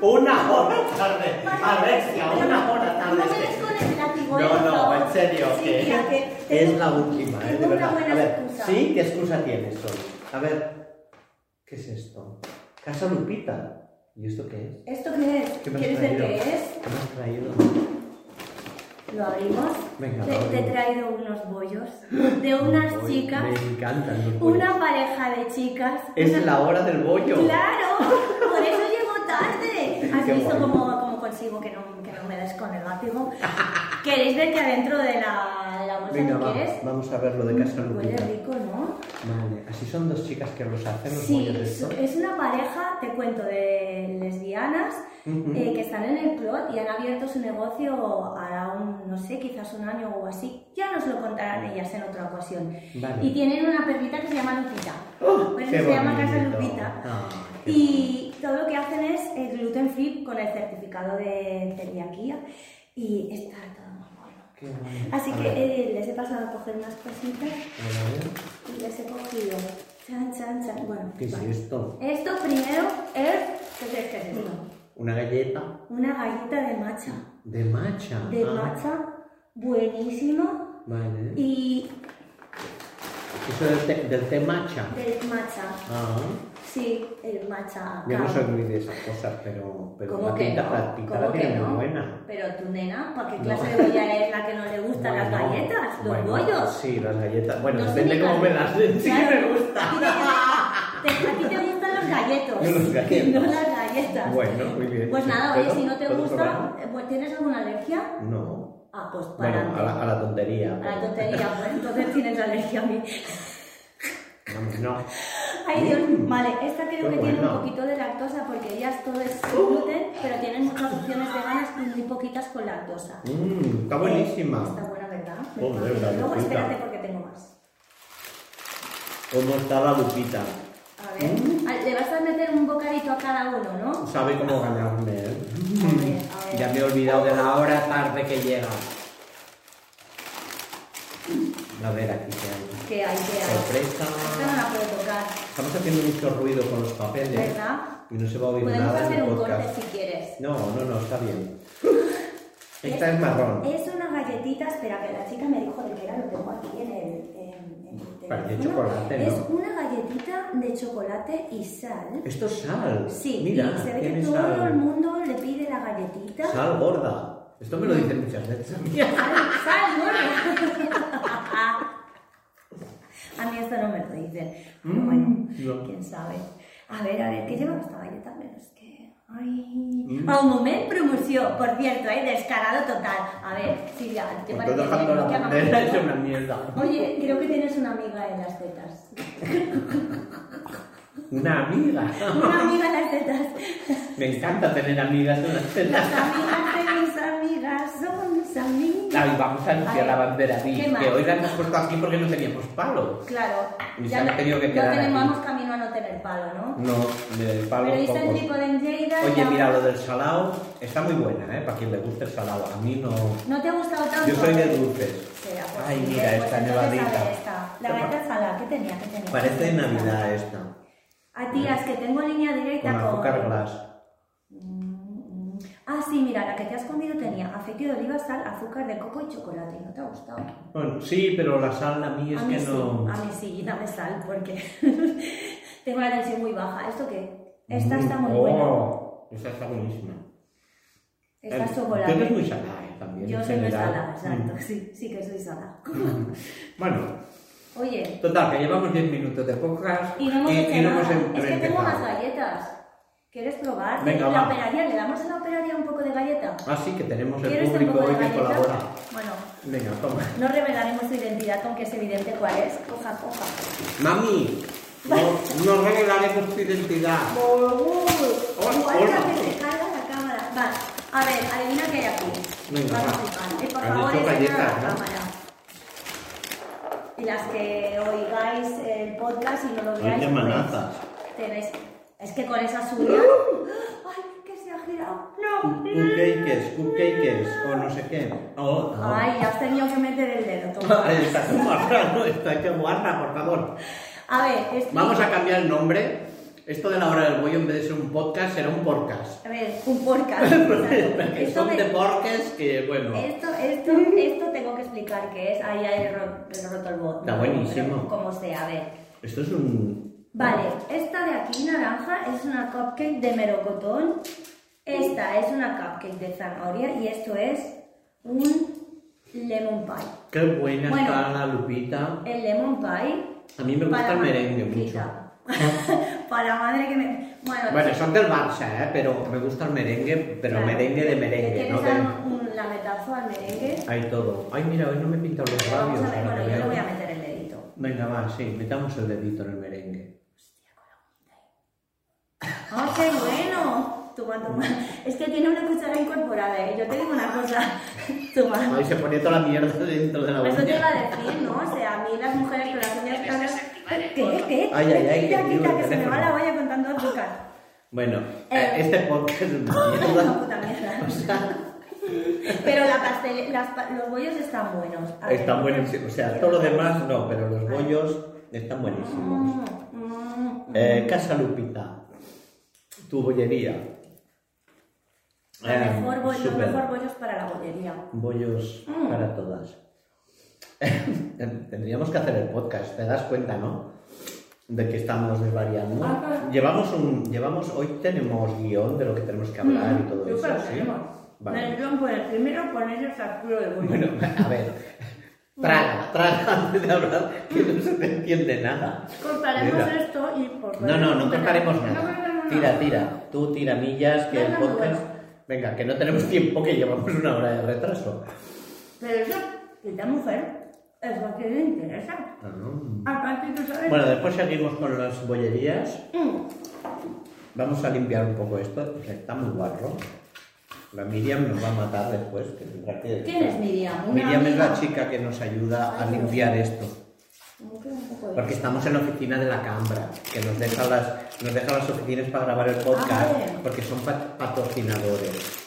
Una hora tarde. Alexia, una hora No me des tarde. con el látigo, No, por no, favor. en serio, Sí, que mira, que es tengo- la última, eh, de tengo una verdad. buena A ver, excusa. ¿sí? ¿Qué excusa tienes hoy? A ver, ¿qué es esto? Casa Lupita. ¿Y esto qué es? ¿Esto qué es? ¿Qué me has ¿Quieres ver traído? qué es? ¿Qué me has traído? Lo abrimos. Venga, Te, lo te he abrimos. traído unos bollos de unas Uy, chicas, Me encantan los bollos. una pareja de chicas. una- Es la hora del bollo. ¡Claro! Por eso llego tarde. ¿Has Qué visto guay. cómo, cómo consigo que no, que no me des con el látigo? ¿Queréis ver que adentro de la, de la bolsa Venga, no va, quieres? vamos a ver lo de Casa Mm, Huele Lupita. rico, ¿no? Vale, así son dos chicas que los hacen los Sí, bollos de es esto. es una pareja, te cuento, de lesbianas Ujú. eh, que están en el plot y han abierto su negocio hará un, no sé, quizás un año o así. Ya nos lo contarán ellas en otra ocasión. Vale. Y tienen una perrita que se llama Lupita. ¡Oh, bueno, qué se llama bonito! Casa Lupita. Ah, qué Y todo lo que hacen es eh, gluten free con el certificado de celiaquía y está todo muy bueno. Qué bueno. Así A que ver, eh, les he pasado a coger unas cositas a ver, y les he cogido. Chan, chan, chan. Bueno, ¿Qué es vale. esto? Esto primero es. ¿Qué crees que es esto? ¿Una galleta Una galleta de matcha. de matcha? De Ah, matcha, buenísima. Vale. Y Eso del té, del té matcha. del matcha. Ah, Sí, el matcha. yo no cao. soy muy de esas cosas, pero, pero ¿Cómo la que pinta, no? la pinta ¿Cómo la que tiene no? muy buena. Pero tu nena, ¿para qué No. clase de olla es la que no le gustan las Bueno, galletas, los bueno, bollos? Sí, las galletas. Bueno, No depende sé ni cómo me las galletas. den. Sí que Claro. me gusta. A ti te- a ti te gustan los galletos, No los galletos. no las galletas. Bueno, muy bien. Pues nada, oye, ¿Puedo? si no te ¿Puedo gusta, probar? eh, pues, ¿tienes alguna alergia? No. Ah, pues para Bueno, a la, a la tontería. A la tontería, pues entonces tienes alergia a mí. Vamos, no. Ay Dios, vale, esta creo Qué que tiene Pues un bueno. Uh. poquito de lactosa porque ellas todo es gluten, pero tienen muchas opciones veganas y muy poquitas con lactosa. Mmm, está Eh, Está buenísima. buena, ¿verdad? Joder, Pero la Luego lupita. espérate porque tengo más. ¿Cómo está la lupita? A ver, Mm. ah, le vas a meter un bocadito a cada uno, ¿no? Sabe cómo ganarme, ¿eh? A ver, a ver. Ya me he olvidado de la hora tarde que llega. A ver, aquí qué hay. Que hay, que hay. Sorpresa. Esta no la puedo tocar, Estamos haciendo mucho ruido con los papeles. ¿verdad? Y no se va a oír Podemos nada en hacer el un podcast. corte si quieres. No, no, no, está bien. Esta es marrón. Es una galletita, espera, que la chica me dijo de que era, lo tengo aquí en el. en- en el Parece teléfono. chocolate, ¿no? Es una galletita de chocolate y sal. Esto es sal. Sí, Mira, y se ve que tiene todo sal. el mundo le pide la galletita. Sal gorda. Esto me lo dicen muchas veces a mí. ¡Sal, sal, gorda! A mí esto no me lo dicen. Pero Mm, bueno, no. quién sabe. A ver, a ver, ¿qué lleva esta galleta? Pero es que... Ay. Mm. Ah, un moment, promoció, por cierto, ¿eh? descarado total. A ver, Silvia, Porque ¿te parece Pues dejando bien la que hagamos bandera esto? es una mierda. Oye, creo que tienes una amiga en las tetas. Una amiga. Una amiga en las tetas. Me encanta tener amigas en las Las tetas. amigas de mis amigas son mis amigas. Ay, vamos a anunciar ver, la bandera Di, ¿qué más? que hoy la hemos puesto aquí porque no teníamos palo. Claro, Y se han tenido que quedar no tenemos aquí. camino a no tener palo, ¿no? No, de palo Pero hice el poco. tipo de Enjeida y Oye, ahora- mira, lo del salado está muy buena, ¿eh? Para quien le guste el salado. A mí no... ¿No te ha gustado tanto? Yo soy de dulces. Será, pues Ay, sí, mira, ¿ves? Pues esta entonces, a ver, nevadita. esta. La galleta salada, ¿qué tenía? ¿Qué tenía? Parece ¿Qué de tenía? Navidad esta. A tías, que tengo línea directa Con con... azúcar glass. Mm, mm. Ah, sí, mira, la que te has comido tenía aceite de oliva, sal, azúcar de coco y chocolate. ¿No te ha gustado? Bueno, sí, pero la sal a mí es a que mí sí, no... a mí sí, dame sal porque tengo la tensión muy baja. ¿Esto qué? Esta está muy Mm, buena. oh, Esta está buenísima. Esta es Yo que chocolate. es muy salada eh, también. Yo en soy muy general. Mm. salada, exacto. Sí, sí que soy salada. Bueno, Oye, total, que llevamos 10 minutos de podcast y no hemos hecho y no nada. hemos em- es que tengo empezado. más galletas. ¿Quieres probar? Venga, la va. operaria, ¿le damos a la operaria un poco de galleta? Así Ah, que tenemos el ¿Quieres un público poco hoy de que galleta? colabora. Bueno, Venga, toma. no revelaremos su identidad, aunque es evidente cuál es. Coja, coja. Mami, no, no revelaremos tu identidad. Hola, Guarda hola. que te carga la cámara. Vale, a ver, adivina qué hay aquí. Venga, Vamos va. flipando. Y por Han favor, hecho enseñad galletas, la ¿no? cámara. Y las que oigáis el podcast y no lo Ay, veáis. qué pues, manazas. Tenéis. Es que con esa suya. ¡Uh! ¡Ay, que se ha girado! ¡No! Cupcakes, cupcakes, o no sé qué. Oh, oh. Ay, has tenido que meter el dedo. toma. Ay, está que guarra, no, está que guarra, por favor. A ver, explica. Vamos a cambiar el nombre esto de la hora del bollo en vez de ser un podcast será un podcast. A ver, un podcast. exacto. Porque esto, son me- de porques que, bueno, esto, esto, esto tengo que explicar qué es. Ahí ya he ro- he roto el bot. Está buenísimo. Como sea, a ver. esto es un... Vale, esta de aquí, naranja, es una cupcake de melocotón. Esta es una cupcake de zanahoria y esto es un lemon pie. Qué buena Bueno. está la Lupita. El lemon pie. A mí me gusta para el ma- merengue mucho. Quita. para madre que me. Bueno, Bueno, son del Barça, ¿eh? Pero me gusta el merengue, pero claro. merengue de merengue, Le ¿no? tienes De... a un lametazo al merengue. Hay todo. Ay, mira, hoy no me he pintado los Vamos labios. a ver, ahora bueno, que yo le voy a veo. meter el dedito. Venga, va, sí, metamos el dedito en el merengue. ¡Ah, qué bueno! Toma, toma. Es que tiene una cuchara incorporada, ¿eh? Yo te digo una cosa. Toma. Ay, se pone toda la mierda dentro de la Eso te iba uña. a decir, ¿no? O sea, a mí las mujeres con las uñas Debes largas... desactivar el ¿Qué? modo. ¿Qué? Ay, ay, ay, Quita, que quita, digo, que se me va teléfono. la olla contando azúcar. Bueno, Eh. eh, este podcast es una Una mierda. puta mierda. Pero la pastel, las pa- los bollos están buenos. A ver. Están buenísimos. O sea, todos los demás no, pero los bollos están buenísimos. Mm, mm, mm. Eh, Casa Lupita, tu bollería. Lo Eh, mejor bo- los súper. mejor bollos para la bollería. Bollos Mm. para todas. Tendríamos que hacer el podcast, te das cuenta, ¿no? De que estamos desvariando. Ajá. Llevamos un. Llevamos, hoy tenemos guión de lo que tenemos que hablar y todo Mm. Yo eso. creo que ¿sí? tenemos. Vale. Yo, pues, primero poner el sacudo de bollo. Bueno, a ver. Traga, traga antes de hablar, que no se te entiende nada. Cortaremos Mira. esto y por No, no, no cortaremos No, no, no, nada. no. Tira, tira. Tú tira millas, que No, el no, podcast. bueno. Venga, que no tenemos tiempo, que llevamos una hora de retraso. Pero eso, que la mujer es lo que le interesa. Ah, no. Aparte, tú sabes. Bueno, después seguimos con las bollerías. Mm, Vamos a limpiar un poco esto, que está muy guarro. La Miriam nos va a matar después, que tendrá que... ¿Quién es Miriam? Una Miriam es amiga. la chica que nos ayuda a Ay, limpiar esto. me queda un poco de- Porque estamos en la oficina de la Cambra, que nos deja las, nos deja las oficinas para grabar el Ah, podcast, vale. porque son pa- patrocinadores.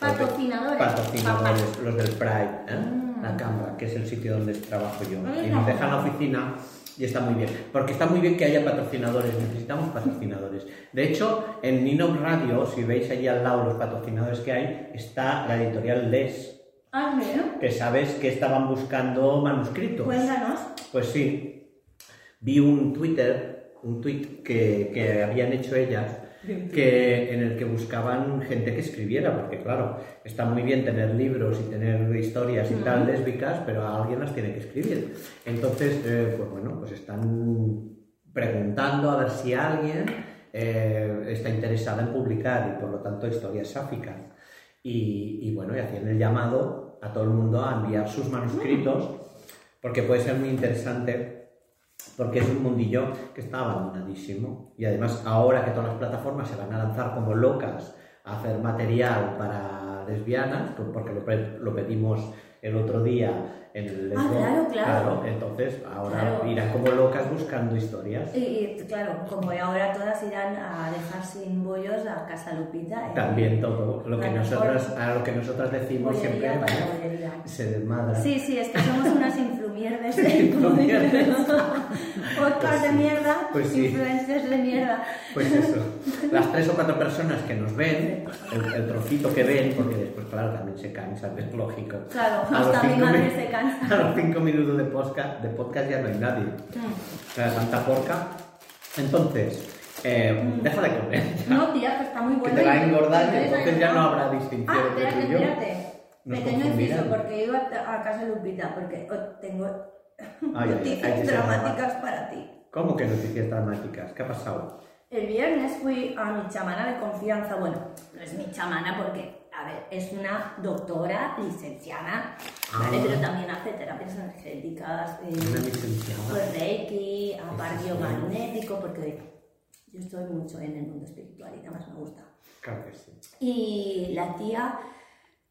Patrocinadores. Patrocinadores, los del Pride, ¿eh? Mm. la Cambra, que es el sitio donde trabajo yo. Ay, Y nos la dejan la oficina y está muy bien. Porque está muy bien que haya patrocinadores, necesitamos patrocinadores. De hecho, en Nino Radio, si veis allí al lado los patrocinadores que hay, está la editorial Les, Ah, bueno. que sabes que estaban buscando manuscritos. Cuéntanos. Pues sí, vi un Twitter, un tweet que, que habían hecho ellas, que, en el que buscaban gente que escribiera, porque claro, está muy bien tener libros y tener historias y tal lésbicas, pero a alguien las tiene que escribir. Entonces, eh, pues bueno, pues están preguntando a ver si alguien eh, está interesada en publicar y por lo tanto historias sáficas. Y, y bueno, y hacían el llamado a todo el mundo a enviar sus manuscritos porque puede ser muy interesante, porque es un mundillo que está abandonadísimo. Y además, ahora que todas las plataformas se van a lanzar como locas a hacer material para lesbianas, pues porque lo, pe- lo pedimos el otro día en el... Ah, claro, claro. entonces, ahora Claro. irán como locas buscando historias. Y, y, claro, como ahora todas irán a dejar sin bollos a Casa Lupita. ¿eh? También todo lo que Vale, nosotras, a lo que nosotras decimos siempre Bollería para ¿eh? bollería. se desmadra. Sí, sí, es que somos unas influmierdes. Influmierdes. Pues Podcast de sí, mierda, pues sí. influencers de mierda. Pues eso, las tres o cuatro personas que nos ven, el, el trocito que ven, porque después, claro, también se cansan, es lógico. Claro, A los hasta mi cinco madre minu- se cansa. A los cinco minutos de podcast, de podcast ya no hay nadie. O sea, tanta porca. Entonces, eh, deja de comer. Mm. No, tía, que está muy Que bueno. te va y- a engordar y y entonces ya no habrá distinción Ah, entre tú espérate, y yo. espérate. Nos Pequeño confundirán. inciso, porque iba a, a casa Lupita, porque oh, tengo ay, noticias ay, que se dramáticas para ti. ¿Cómo que noticias dramáticas? ¿Qué ha pasado? El viernes fui a mi chamana de confianza. Bueno, no es mi chamana porque, a ver, es una doctora licenciada, ¿vale? Ah. Pero también hace terapias energéticas, eh, Una licenciada. pues reiki, Eso apario sí. magnético, porque yo estoy mucho en el mundo espiritual y además me gusta. Claro que sí. Y la tía,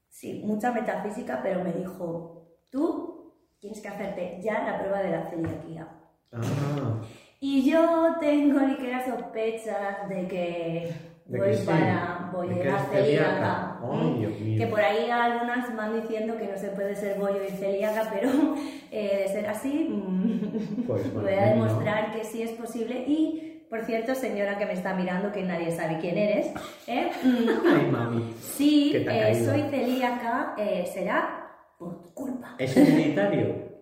sí, mucha metafísica, pero me dijo, tú tienes que hacerte ya la prueba de la celiaquía. Ah, Y yo tengo ligeras sospechas de que ¿De voy que sí? para voy ¿De que a eres celíaca. celíaca? Ay, Dios mío. Que por ahí algunas van diciendo que no se puede ser bollo y celíaca, pero eh, de ser así, mm, Pues, bueno, voy a no. demostrar que sí es posible y Por cierto, señora que me está mirando, que nadie sabe quién eres. ¿eh? Mm, Ay, mami. Sí, Que te ha eh, caído. soy celíaca, eh, será por tu culpa. Es hereditario.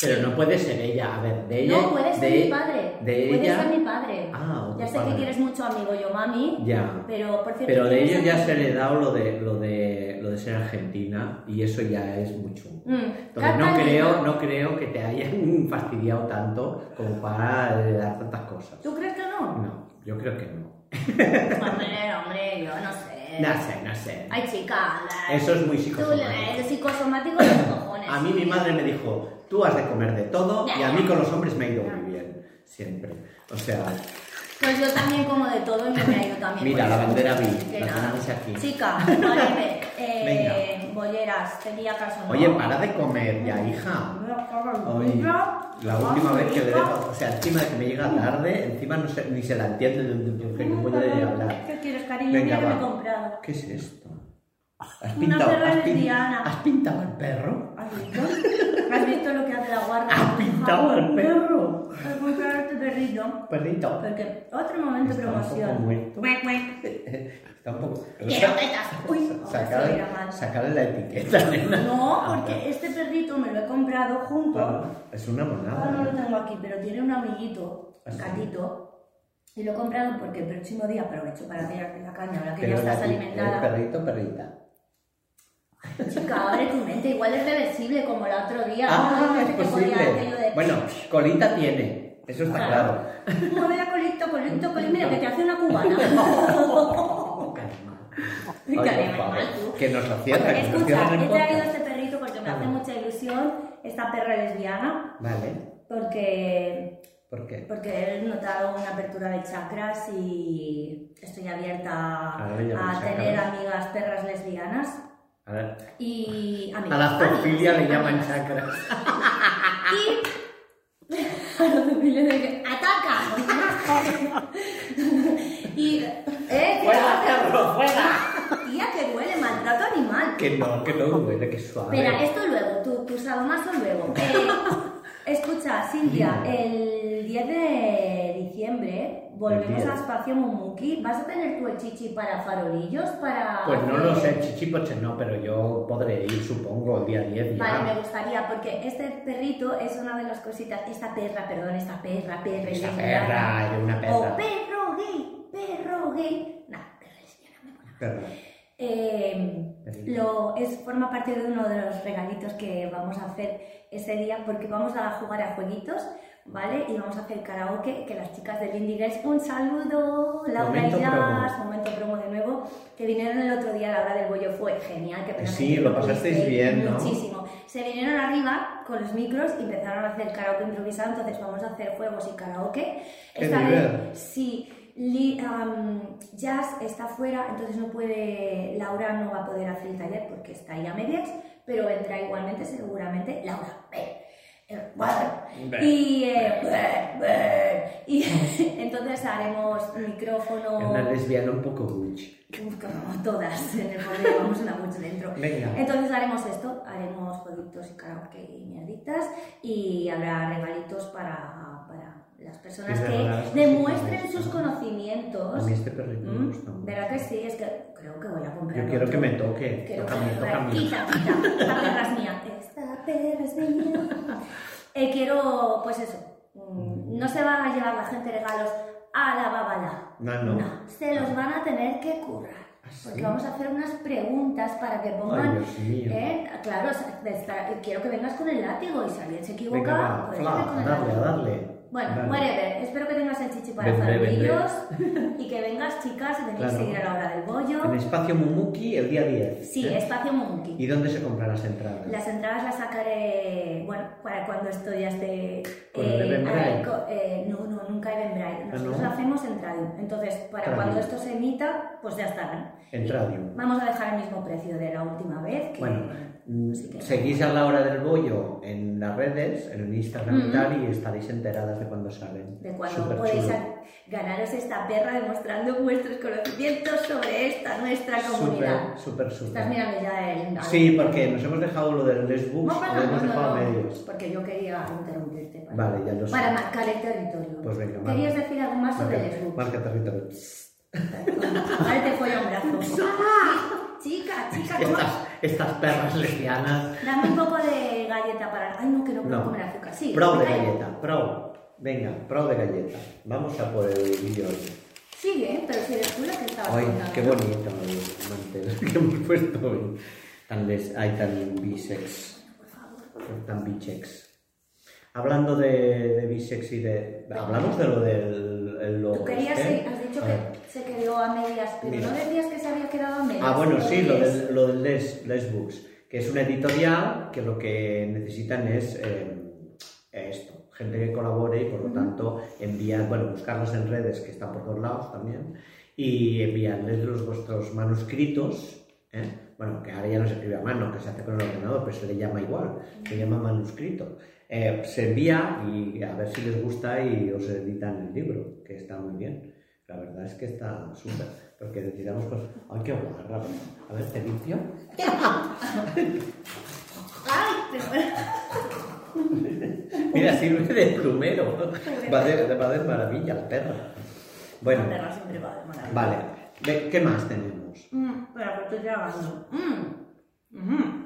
Pero no puede ser ella. A ver, de ella. no, puede ser de- mi padre. De puede ella. ser mi padre. Ah, otro ya sé padre. que quieres mucho amigo yo, mami. Ya. Pero, por cierto, Pero de ¿quieres ellos ya amigo? se le da lo de, lo, de, lo de ser argentina y eso ya es mucho. Mm, Entonces no Catalina, creo, no creo que te hayan fastidiado tanto como para eh, dar tantas cosas. ¿Tú crees que no? No, yo creo que no. hombre, hombre, yo no sé. No sé, no sé. Ay, chica, la- Eso es muy tú eh, psicosomático. eres psicosomático de los cojones. A mí mi madre me dijo, tú has de comer de todo y Ya, a ya. mí con los hombres me ha ido muy bien, siempre. O sea, Pues yo también como de todo y no me ha ido también. Mira, por la eso. bandera vi, Pues Que la nada. tenemos aquí. Chica, vale, eh, bolleras, tenía caso no. oye, para de comer ya, hija. Oye, la última vez que le dejo, o sea, encima de que me llega tarde, encima no se- ni se la entiende de- de de- de cómo puede hablar. ¿Qué quieres, cariño? Venga, Mira que me he va. comprado. ¿Qué es esto? ¿Has Una perra has, pin- lesbiana. has pintado al perro? ¿Has visto? ¿Has visto lo que hace la guarda? ¿Has pintado al perro? Es muy caro este perrito. Perrito. Porque otro momento Está un poco promoción. muerto. Cuec, cuec. Está un poco... Quiero tetas. Uy, ahora se oirá Sacarle, mal. sacarle la etiqueta, nena. Ah, No, porque este perrito me lo he comprado junto. claro. Es una Ahora no lo monada. tengo aquí, pero tiene un amiguito, Ah, sí. gatito, y lo he comprado porque el próximo día aprovecho para tirarte la caña, ahora Ah, que Pero ya estás la- el alimentada. Perrito, perrita. Chica, abre tu mente, igual es reversible como el otro día. Ah, ¿no? es Que te ponía aquello posible. de- Bueno, colita tiene, eso está claro. Mueve la colito, colito, colito, mira que te hace una cubana. Ay, por Cariño, favor, mal tú. que nos lo cierren, que nos Escucha, cierren he el traído podcast. este perrito porque me hace Vale. mucha ilusión esta perra lesbiana, Vale, porque ¿por qué? Porque he notado una apertura de chakras y estoy abierta Ahora le llaman a tener chakras. amigas perras lesbianas A, ver, y a amigas. la zoofilia le amigas, llaman amigas. chakras. Y a la zoofilia le dicen, ¡ataca! y, eh, que ¡Fuera, perro, fuera! tía, que duele, maltrato animal. Que no, que no duele, que es suave. Espera, esto luego, tú, tú sadomaso luego. Eh, escucha, Silvia, el 10 de diciembre El volvemos 10. a Espacio Mumuki. ¿Vas a tener tú el chichi para farolillos? Para... Pues no lo sé, chichipoche no, pero yo podré ir, supongo, el día 10 ya. Vale, me gustaría, porque este perrito es una de las cositas, esta perra, perdón, esta perra, perra, Esa lesbiana. perra, era una O perra. perro gay, perro gay. Nah, perra lesbiana, me mola. Perra. Eh, perrito. Lo, es, forma parte de uno de los regalitos que vamos a hacer ese día porque vamos a jugar a jueguitos, ¿vale? Y vamos a hacer karaoke, que las chicas del Indie Girls, un saludo, Laura Momento y Jazz, promo. momento promo de nuevo, que vinieron el otro día, la hora del bollo fue genial, que Sí, lo pasasteis bien, ¿no? Muchísimo. Se vinieron arriba con los micros y empezaron a hacer karaoke improvisado, entonces vamos a hacer juegos y karaoke. ¡Qué Esta vez, nivel! sí, Li- am, Jazz está fuera, entonces no puede, Laura no va a poder hacer el taller porque está ahí a medias, pero vendrá igualmente, seguramente, Laura. ven. Eh, bueno. Ven. Y, eh, ven, ven. y entonces haremos micrófono, Es una lesbiana un poco butch. Uf, como todas, en el fondo llevamos una mucho dentro. Venga. Entonces haremos esto, haremos jueguitos y karaoke y mierditas y habrá regalitos para, para las personas Y que regalarás demuestren cosas, sus ¿no? conocimientos. A mí este perrito me ¿Mm? gusta mucho. ¿Verdad que sí? Es que creo que voy a comprar. Yo quiero otro. que me toque. Quiero Tócame, que- tócame. Quita, quita. Esta perra es mía. Esta perra es mía. Eh, quiero, pues eso. mm, No se va a llevar la gente regalos a la babala. Ah, No, no. No, se los van a tener que currar. ¿Ah, sí? Porque vamos a hacer unas preguntas para que Ay, pongan. Dios mío. ¿eh? Claro, o sea, está- quiero que vengas con el látigo y si alguien se equivoca, Venga, va, pues fla, dale con el darle, a látigo. darle. Bueno, Dale. whatever. Espero que tengas el chichi para Vendré, vendré. farolillos y que vengas, chicas, y tenéis Claro. que ir a la hora del En bollo. Espacio Mumuki el día 10. Sí, ¿eh? espacio monkey. ¿Y dónde se compran las entradas? Las entradas las sacaré, bueno, para cuando esto ya esté... Con el Even a ver, Braille. co- eh, no, no, nunca Even Braille. Nosotros no? lo hacemos en Tradium. Entonces, para Tradium. cuando esto se emita, pues ya estarán. En Tradium. Vamos a dejar el mismo precio de la última vez. Que... Bueno, mm, sí que- seguís a la hora del bollo en las redes, en Instagram y Mm. tal, y estaréis enteradas de cuándo salen. De cuando Superchulo. podéis a- ganaros esta perra demostrando vuestros conocimientos sobre esta nuestra comunidad. Súper, súper, Estás súper. mirando ya el. Sí, porque nos hemos dejado lo del lesbooks, No, lo no, hemos no, dejado no, a no, medios. porque yo quería interrumpirte. para- Vale, ya lo sé. Para marcar el territorio. Pues pues venga, ¿Querías marca, decir algo más sobre el marca, ebook? marca territorio. Ahora te folla un brazo. chica, chica, toma. Estas, estas perras lesbianas. Dame un poco de galleta para. Ay, no, que no puedo No. comer azúcar. Sí, Pro de ay, galleta, pro. Venga, pro de galleta. Vamos a por el vídeo. Sigue, ¿eh? pero si eres tú la que estabas Ay, contando. qué bonito el mantel que hemos puesto hoy. Tan les, ay, tan bisex. Por favor. Tan bisex. Hablando de, de bisex y de... Hablamos de lo del el logo Tú querías, este. sí, has dicho Ah. que se quedó a medias, pero Mira. no decías que se había quedado a medias. Ah, bueno, Pero sí, lo es- del, lo del Les, Les Books, que es una editorial que lo que necesitan es eh, esto, gente que colabore y por lo Ujú. tanto enviar, bueno, buscarlas en redes que están por todos lados también y enviarles los vuestros manuscritos, ¿eh? bueno, que ahora ya no se escribe a mano, que se hace con el ordenador, pero se le llama igual, se llama manuscrito. Eh, se envía y a ver si les gusta y os editan el libro, que está muy bien. La verdad es que está súper, porque necesitamos cosas. ¡Ay, qué guarra! A ver, te limpio. Pues, Ay, pero- Mira, sirve de plumero. Va a hacer, va a hacer maravilla la perra. Bueno, La perra siempre va de maravilla. vale. Ve, ¿Qué más tenemos? Mm, espera, que estoy tragando. Mm. Mhm.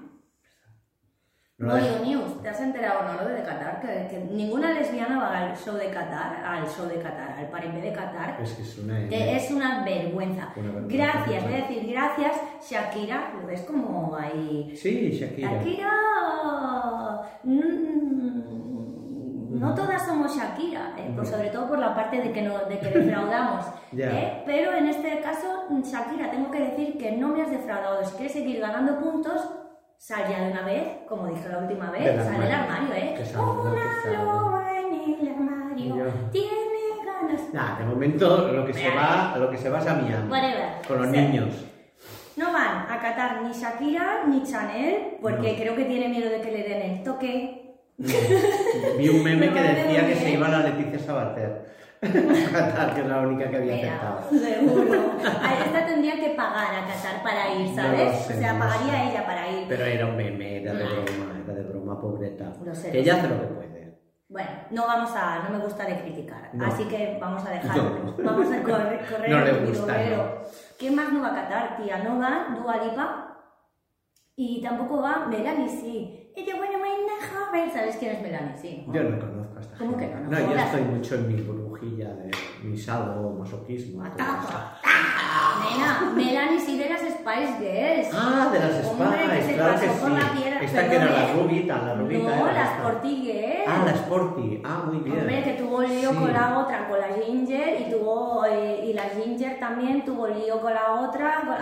No Oye, la- News, ¿te has enterado no lo de Qatar? Que, que ninguna lesbiana va al show de Qatar, al show de Qatar, al paripé de Qatar. Es que es una... Que es una vergüenza. Una vergüenza. Gracias, voy a decir gracias, Shakira. ¿Lo ves como ahí? Sí, Shakira. Shakira. mm, No todas somos Shakira, eh, pues sobre todo por la parte de que, no, de que defraudamos. Ya. eh, pero en este caso, mm, Shakira, tengo que decir que no me has defraudado. Si quieres seguir ganando puntos, sal ya de una vez, como dije la última vez, Del sal del armario. armario, ¿eh? Que salga, que Una salga. loba en el armario Ya. tiene ganas. Nah, de momento lo que se va, lo que se va es a Miami. Whatever. Con los Sí. niños. No van a catar ni Shakira ni Chanel, porque No. creo que tiene miedo de que le den el toque. Vi un meme Me que parece decía muy que se bien. iba la Leticia Sabater. A Qatar, que es la única que había Era, aceptado. seguro. A esta tendría que pagar a Qatar para ir, No ¿sabes? lo sé, o sea, no pagaría sé. ella para ir. Pero era un meme, era de Ah. broma, era de broma, pobreta. Lo sé, Que lo ella sé. hace lo que puede. Bueno, no vamos a, no me gusta de criticar, No. así que vamos a dejar, No. vamos a correr, correr No el le tiro, gusta, pero no. ¿Qué más no va a catar, tía? No va Dua Lipa y tampoco va Melanie, sí. Ella, bueno, buena joven, ¿sabes quién es Melanie? Sí. Yo no conozco a esta ¿Cómo gente. que no? No, yo Hola. estoy mucho en mi burbujilla de misado, masoquismo. todo Atajo. eso. Nena, Melanie sí de las Spice Girls. Ah, de las Hombre, que Spice, se claro pasó que por la sí. piedra. Esta que Perdón, era la ¿eh? rubita, la rubita. No, era las esta. Portigues. Ah, la Sporty. Ah, muy bien. Hombre, que tuvo lío Sí. con la otra, con la Ginger, y tuvo eh, y la Ginger también tuvo lío con la otra, con la-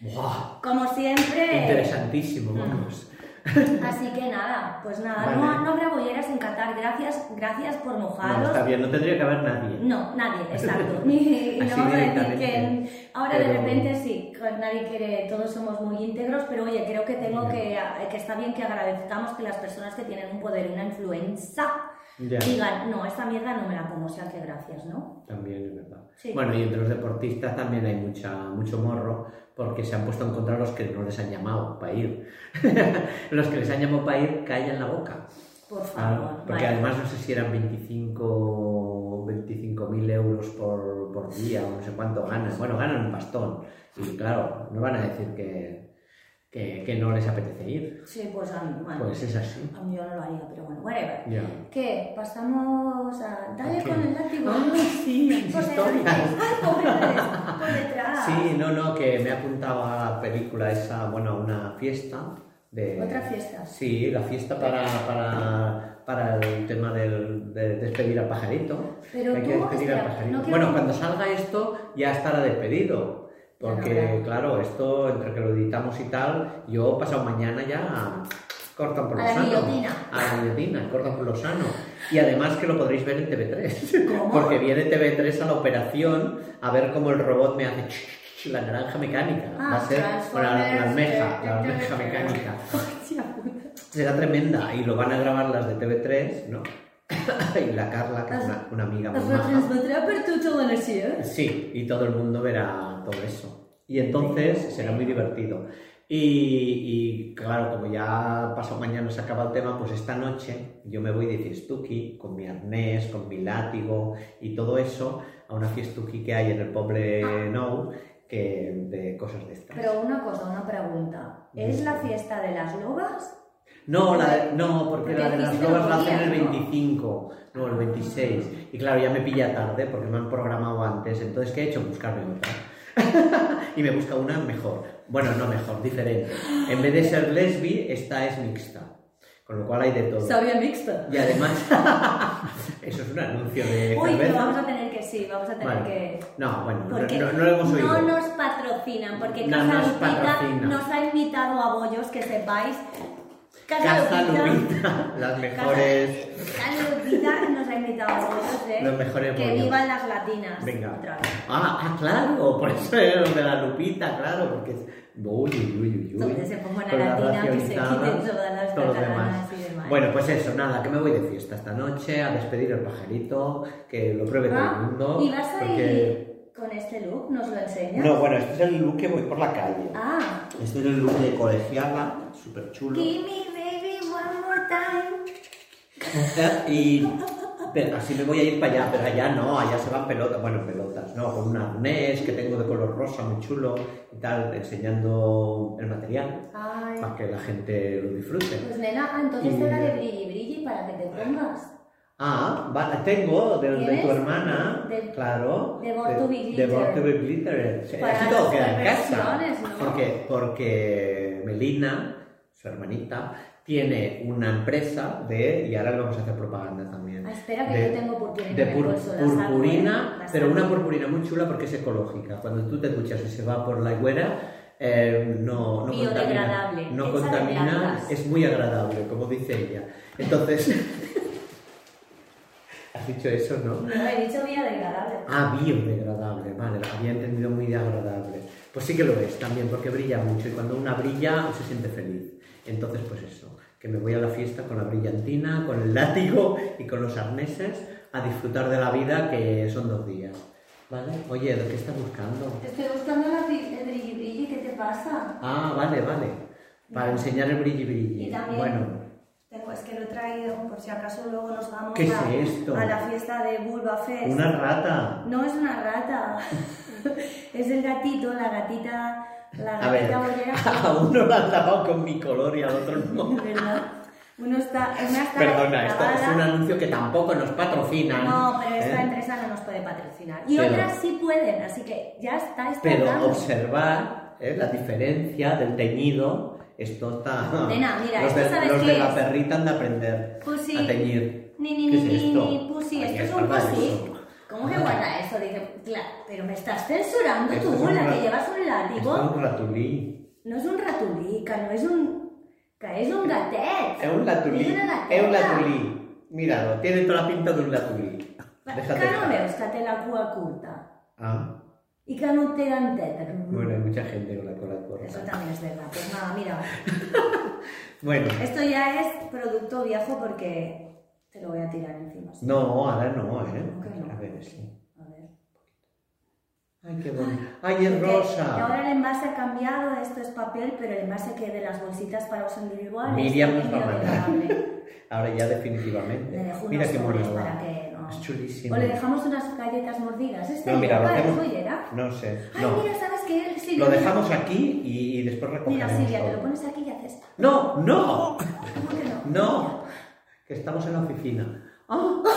bueno, Buah, como siempre. interesantísimo, Mm. vamos. Así que nada, pues nada, Vale. no, no habrá bolleras en Qatar, gracias, gracias por mojaros. No, está bien, no tendría que haber nadie. No, nadie, exacto. Y Así no vamos a decir directamente. que ahora de Pero- repente sí, que nadie quiere, todos somos muy íntegros, pero oye, creo que tengo que, que está bien que agradezcamos que las personas que tienen un poder, una influenza, Ya. digan, no, esta mierda no me la como, o sea que gracias, ¿no? También es verdad. Sí. Bueno, y entre los deportistas también hay mucha, mucho morro porque se han puesto en contra los que no les han llamado para ir. los que les han llamado para ir callan la boca. Por Ah, favor. porque vale. además no sé si eran 25 mil euros por, por día o no sé cuánto ganan. Bueno, ganan un pastón. Y claro, no van a decir que, que, que no les apetece ir. Sí, pues a mí, bueno, Pues es así. a mí yo no lo haría, pero bueno, whatever. Ya. ¿Qué? Pasamos a... Dale Ok. Ah, con el látigo. sí, Por delante. Ay, pobre detrás, por detrás. Sí, no, no, que me apuntaba a la película esa, bueno, a una fiesta de... Otra fiesta. Sí, la fiesta para, para, para el tema del, de despedir al pajarito. Pero Hay que tú, despedir espera, al pajarito. no quiero- bueno, cuando salga esto ya estará despedido. Porque, Claro, claro, esto entre que lo editamos y tal, yo pasado mañana ya cortan por A lo la sano. guillotina. A la guillotina, cortan por lo sano. Y además que lo podréis ver en TV3. ¿Cómo? Porque viene TV3 a la operación a ver cómo el robot me hace la naranja mecánica. Ah, Va a ser bueno, la, la almeja, la almeja Transformers, eh, mecánica. Hostia puta. Será tremenda. Y lo van a grabar las de TV3, ¿no? y la Carla, que es una, una amiga muy Es maja. retransmitirá per tota la nació. Sí, y todo el mundo verá todo eso. Y entonces será muy divertido. Y, y, claro, como ya pasado mañana se acaba el tema, pues esta noche yo me voy de fiestuki con mi arnés, con mi látigo y todo eso a una fiestuki que hay en el Poble Nou que de cosas de estas. Pero una cosa, una pregunta. ¿Es la fiesta de las lobas? No, la de- no, porque Porque la de las dijiste lobas la los hacen el días, ¿no? 25, no, el 26. Y claro, ya me pilla tarde porque me han programado antes. Entonces, ¿qué he hecho? Buscarme otra. y me busca una mejor. Bueno, no mejor, diferente. En vez de ser lesbi, esta es mixta. Con lo cual hay de todo. Sabía mixta. Y además, eso es un anuncio de Uy, pero cerveza. vamos a tener que sí, vamos a tener Vale. que. No, bueno, no, Porque no- no lo hemos oído. no nos patrocinan, porque No Casa nos Lupita patrocina. nos ha invitado a bollos, que sepáis. Casa Lupita, las mejores. Casa Lupita nos ha invitado a bollos, ¿eh? Los mejores Que bollos. vivan las latinas. Venga. Otra vez. Ah, ah, claro, por eso era lo de la lupita, claro, porque es. Uy, uy, uy, uy. Donde se ponga Con la la latina, que se racionizada, quiten todas las todo lo demás. catalanas y demás. Bueno, pues eso, nada, que me voy de fiesta esta noche a despedir al pajarito, que lo pruebe todo el Ah, Pues mundo. ¿Y vas a porque- ir con este look? ¿Nos lo enseñas? No, bueno, este es el look que voy por la calle. Ah, Este es el look de colegiala, súper chulo. give me baby one more time. Y pero así me voy a ir para allá, pero allá no, allá se van pelotas, bueno, pelotas, no, con un arnés que tengo de color rosa muy chulo y tal, enseñando el material Ay. para que la gente lo disfrute. Pues nena, ah, entonces Ah. Y- te la de brilli brilli para que te pongas. Ah, va- tengo de, de tu ¿Tienes? hermana, De- claro. de Born to be De Born to be Glitter. Glitter. Sí, Para Así todo queda en las casa. versiones, ¿no? Porque, porque Melina, su hermanita, tiene una empresa de, y ahora le vamos a hacer propaganda también. Ah, espera que de- yo tengo purpurina. de en el pur- bolso, la saco, ¿eh? purpurina, La pero saco. una purpurina muy chula porque es ecológica. Cuando tú te duchas y se va por la higuera, eh, no, no contamina. Biodegradable, No hecha de contamina, plantas. es muy agradable, como dice ella. Entonces, has dicho eso, ¿no? No, he dicho biodegradable. Ah, biodegradable, vale, lo había entendido muy de agradable. Pues sí que lo es también, porque brilla mucho y cuando una brilla se siente feliz. Entonces, pues eso, que me voy a la fiesta con la brillantina, con el látigo y con los arneses a disfrutar de la vida que son dos días. ¿Vale? Oye, ¿de qué estás buscando? Te estoy buscando la bri- el brilli brilli, ¿qué te pasa? Ah, vale, vale. Para enseñar el brilli brilli. Y también- Bueno, Tengo, es que lo he traído, por si acaso luego nos vamos ¿Qué es a, esto? a la fiesta de Bulba Fest. una rata. No es una rata, es el gatito, la gatita, la A ver, gatita bollera. a uno la han tapado con mi color y al otro no. De verdad. Uno está, una está Perdona, esto grabada. es un anuncio que tampoco nos patrocinan. No, pero esta ¿eh? empresa no nos puede patrocinar. Y Pero- otras sí pueden, así que ya está. está Pero dado. observar ¿eh? la diferencia del teñido. Esto está. Nena, mira, los esto de, sabes los qué de la es. perrita han de aprender Pussy. a teñir. Ni, ni, ¿Qué ni, es ni, esto? ni, pussy, Ay, esto es es un barbaridad. pussy. ¿Cómo que guarda eso? Dice, claro, pero me estás censurando Esto es tú, un la rat- que llevas un látigo. Esto es un ratulí. No es un ratulica, no es un. que es un gatet. Es un ratulí. Es una gateta. Es un ratulí. Míralo, tiene toda la pinta de un ratulí. Va, Déjate. Que no veus que té la cua curta Ah, i que no té denteta. bueno, hay mucha gente con la cola Eso corta. también es verdad. Pues nada, mira, Bueno, esto ya es producto viejo porque te lo voy a tirar encima. ¿sí? no, ahora no, ¿eh? ¿Cómo que no? A ver, sí. A ver. Ay, qué bonito. Ay, es Porque rosa. Ahora el envase ha cambiado, esto es papel, pero el envase que de las bolsitas para uso individual Miriam es nos va a matar. biodegradable. Ahora ya Le definitivamente. dejo Mira unos qué sobres mono. para que no... Es chulísimo. O le dejamos unas galletas mordidas. Este ¿Esta No, mira, lo es hacemos- joyera? No sé. Ay, No. mira, ¿sabes qué? Sí, Lo yo- dejamos aquí y, y después Mira, recogemos. Silvia, te todo. lo pones aquí y haces... No, no, ¿Cómo que no? no. Que estamos en la oficina. Ah.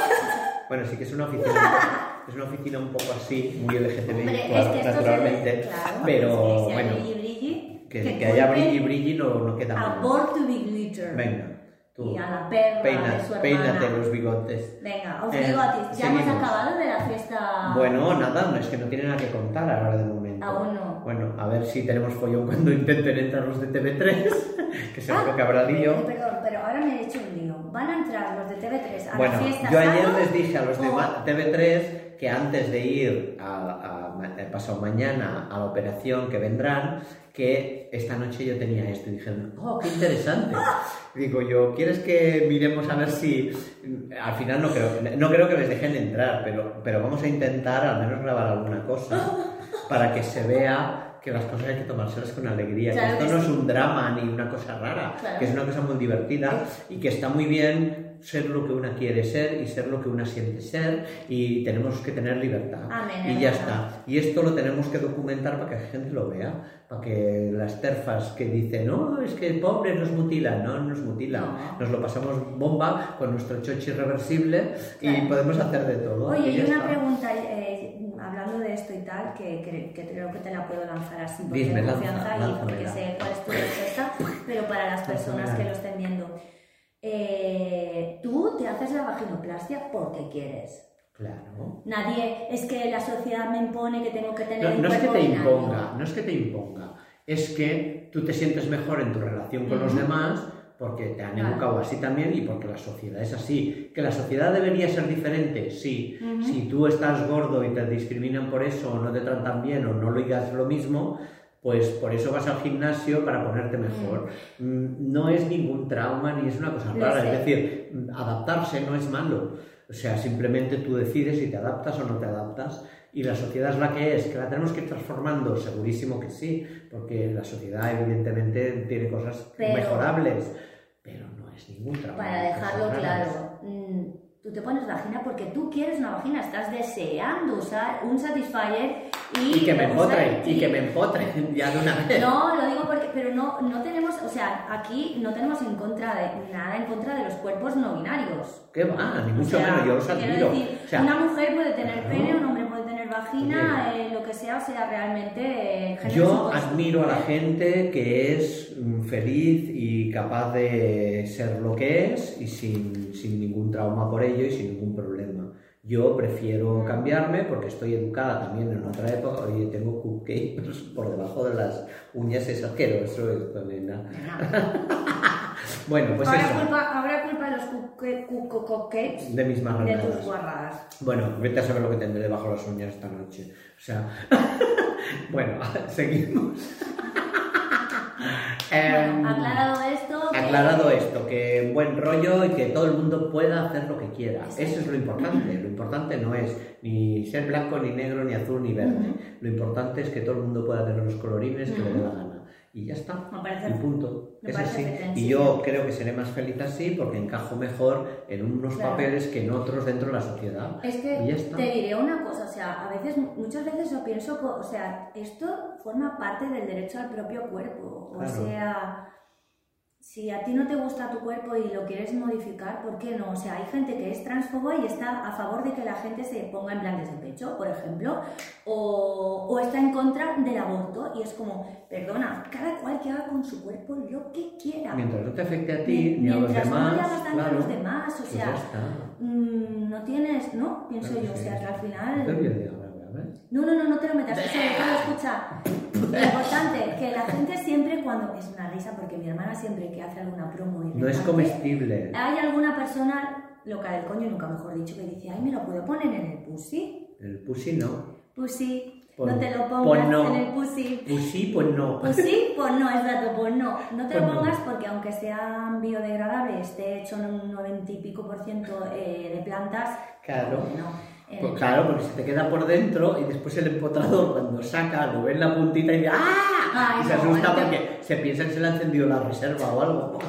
Bueno, sí que es una oficina. Es una oficina un poco así, muy LGTBI, Hombre, es claro, que esto naturalmente. se ve- claro, pero si hay bueno, brilli, brilli, que, que haya culpen brilli brilli no, no queda A mal. Born to be glitter. Venga, tú. Y a la perra peina- de su hermana. peínate los bigotes. Venga, os Eh, digo a ti, ya hemos seguimos. acabado de la fiesta. Bueno, nada, no, es que no tiene nada que contar ahora de momento. Aún no. Bueno, a ver si tenemos follón cuando intenten entrar los de TV3, que seguro que habrá lío. Eh, Perdón, pero ahora me he hecho un lío. Van a entrar los de TV3 a Bueno, la fiesta. Oh. yo ayer sábado? les dije a los de o- Ma- TV3 que antes de ir a, a ma- eh, pasado mañana a la operación que vendrán, que esta noche yo tenía esto. Y dijeron, oh, qué interesante. Digo yo, ¿quieres que miremos a ver si... Al final no creo, no creo que les dejen entrar, pero, pero vamos a intentar al menos grabar alguna cosa para que se vea que las cosas hay que tomárselas con alegría. que Claro esto que no sí. es un drama ni una cosa rara, Claro. que es una cosa muy divertida y que está muy bien ser lo que una quiere ser y ser lo que una siente ser y tenemos que tener libertad. Amén, y ya hermana. está. Y esto lo tenemos que documentar para que la gente lo vea, para que las terfas que dicen, no, es que pobre nos mutila, no nos mutila. No. Nos lo pasamos bomba con nuestro chochi reversible Claro. y podemos hacer de todo. Oye, y y ya una está. pregunta, eh, hablando de esto y tal, que, cre- que creo que te la puedo lanzar así porque Dime, hay lanza, confianza y porque lánzamela. sé cuál es tu respuesta, pero para las personas que lo estén viendo. Eh, tú te haces la vaginoplastia porque quieres. Claro. Nadie, es que la sociedad me impone que tengo que tener No, un no es que cuerpo te binario. imponga, no es que te imponga, es que tú te sientes mejor en tu relación con los Ujú. demás porque te han Claro. educado así también y porque la sociedad es así. ¿Que la sociedad debería ser diferente? Sí. Ujú. Si tú estás gordo y te discriminan por eso o no te tratan bien o no lo digas lo mismo, pues por eso vas al gimnasio para ponerte mejor. Mm, No es ningún trauma ni es una cosa Lo rara. sé. Es decir, mm, adaptarse no es malo. O sea, simplemente tú decides si te adaptas o no te adaptas. Y la sociedad es la que es, que la tenemos que ir transformando, segurísimo que sí, porque la sociedad evidentemente tiene cosas Pero- mejorables, pero no pues es ningún trabajo. Para dejarlo claro, mm, tú te pones vagina porque tú quieres una vagina, estás deseando usar un satisfier y, Y que me usar- empotren, y que me empotren ya de una vez. No, lo digo porque, pero no, no tenemos, o sea, aquí no tenemos en contra de nada en contra de los cuerpos no binarios. ¿Qué va? Ni O mucho sea, menos, yo los quiero admiro. decir, O sea, una mujer puede tener claro. pene, un hombre puede tener vagina, eh, lo que sea, o sea, realmente. eh, género es Yo un constructo, admiro a la ¿eh? gente que es mm, feliz y capaz de ser lo que es y sin, sin ningún trauma por ello y sin ningún problema. Yo prefiero cambiarme porque estoy educada también en otra época. Oye, tengo cupcakes por debajo de las uñas, es asqueroso esto, nena. Bueno, pues ahora, eso, culpa, ahora culpa de los cuque- cuco- cupcakes de mis de marranadas. tus guarradas. Bueno, vete a saber lo que tendré debajo de las uñas esta noche. O sea, bueno, seguimos. Em, Bueno, aclarado esto. que- Aclarado esto, que buen rollo y que todo el mundo pueda hacer lo que quiera. Exacto. Eso es lo importante. Lo importante no es ni ser blanco, ni negro, ni azul, ni verde. Ujú. Lo importante es que todo el mundo pueda tener los colorines que le dé la gana. Y ya está. Me parece Y punto. me Es parece así. perfecto, Y sí. yo creo que seré más feliz así porque encajo mejor en unos Claro. papeles que en otros dentro de la sociedad. Es Y ya que está. te diré una cosa, o sea, a veces, muchas veces yo pienso, co- o sea, esto forma parte del derecho al propio cuerpo. O Claro. sea, si a ti no te gusta tu cuerpo y lo quieres modificar, ¿por qué no? O sea, hay gente que es transfoba y está a favor de que la gente se ponga implantes de pecho, por ejemplo, o, o está en contra del aborto y es como, perdona, cada cual que haga con su cuerpo lo que quiera. Mientras no te afecte a ti, Mi- ni a los Mientras no le demás. hagas daño a claro, los demás, o pues sea... ya está. Mm, no tienes, ¿no? Pienso Claro que yo, o sí. sea, que al Te final... voy a decir ahora, voy a ver. No, no, no, no te lo metas, eso déjalo, escucha. Lo importante, que la gente siempre cuando... Es una risa porque mi hermana siempre que hace alguna promo... y No es reparte, comestible. Hay alguna persona loca del coño, nunca mejor dicho, que dice, ay, ¿me lo puedo poner en el pussy? El pussy no. Pussy, Pon- no te lo pon pongas no. en el pussy. Pues sí, pues no. Pues sí, pues no, es dato, pues no. No te Pues lo no. pongas porque aunque sea biodegradable, esté hecho en un 90 y pico por ciento eh, de plantas, Claro. no. eh, Pues claro, porque se te queda por dentro y después el empotrador cuando saca lo ve en la puntita y dice ¡Ah! Ay, y se no, asusta no te- porque se piensa que se le ha encendido la reserva o algo.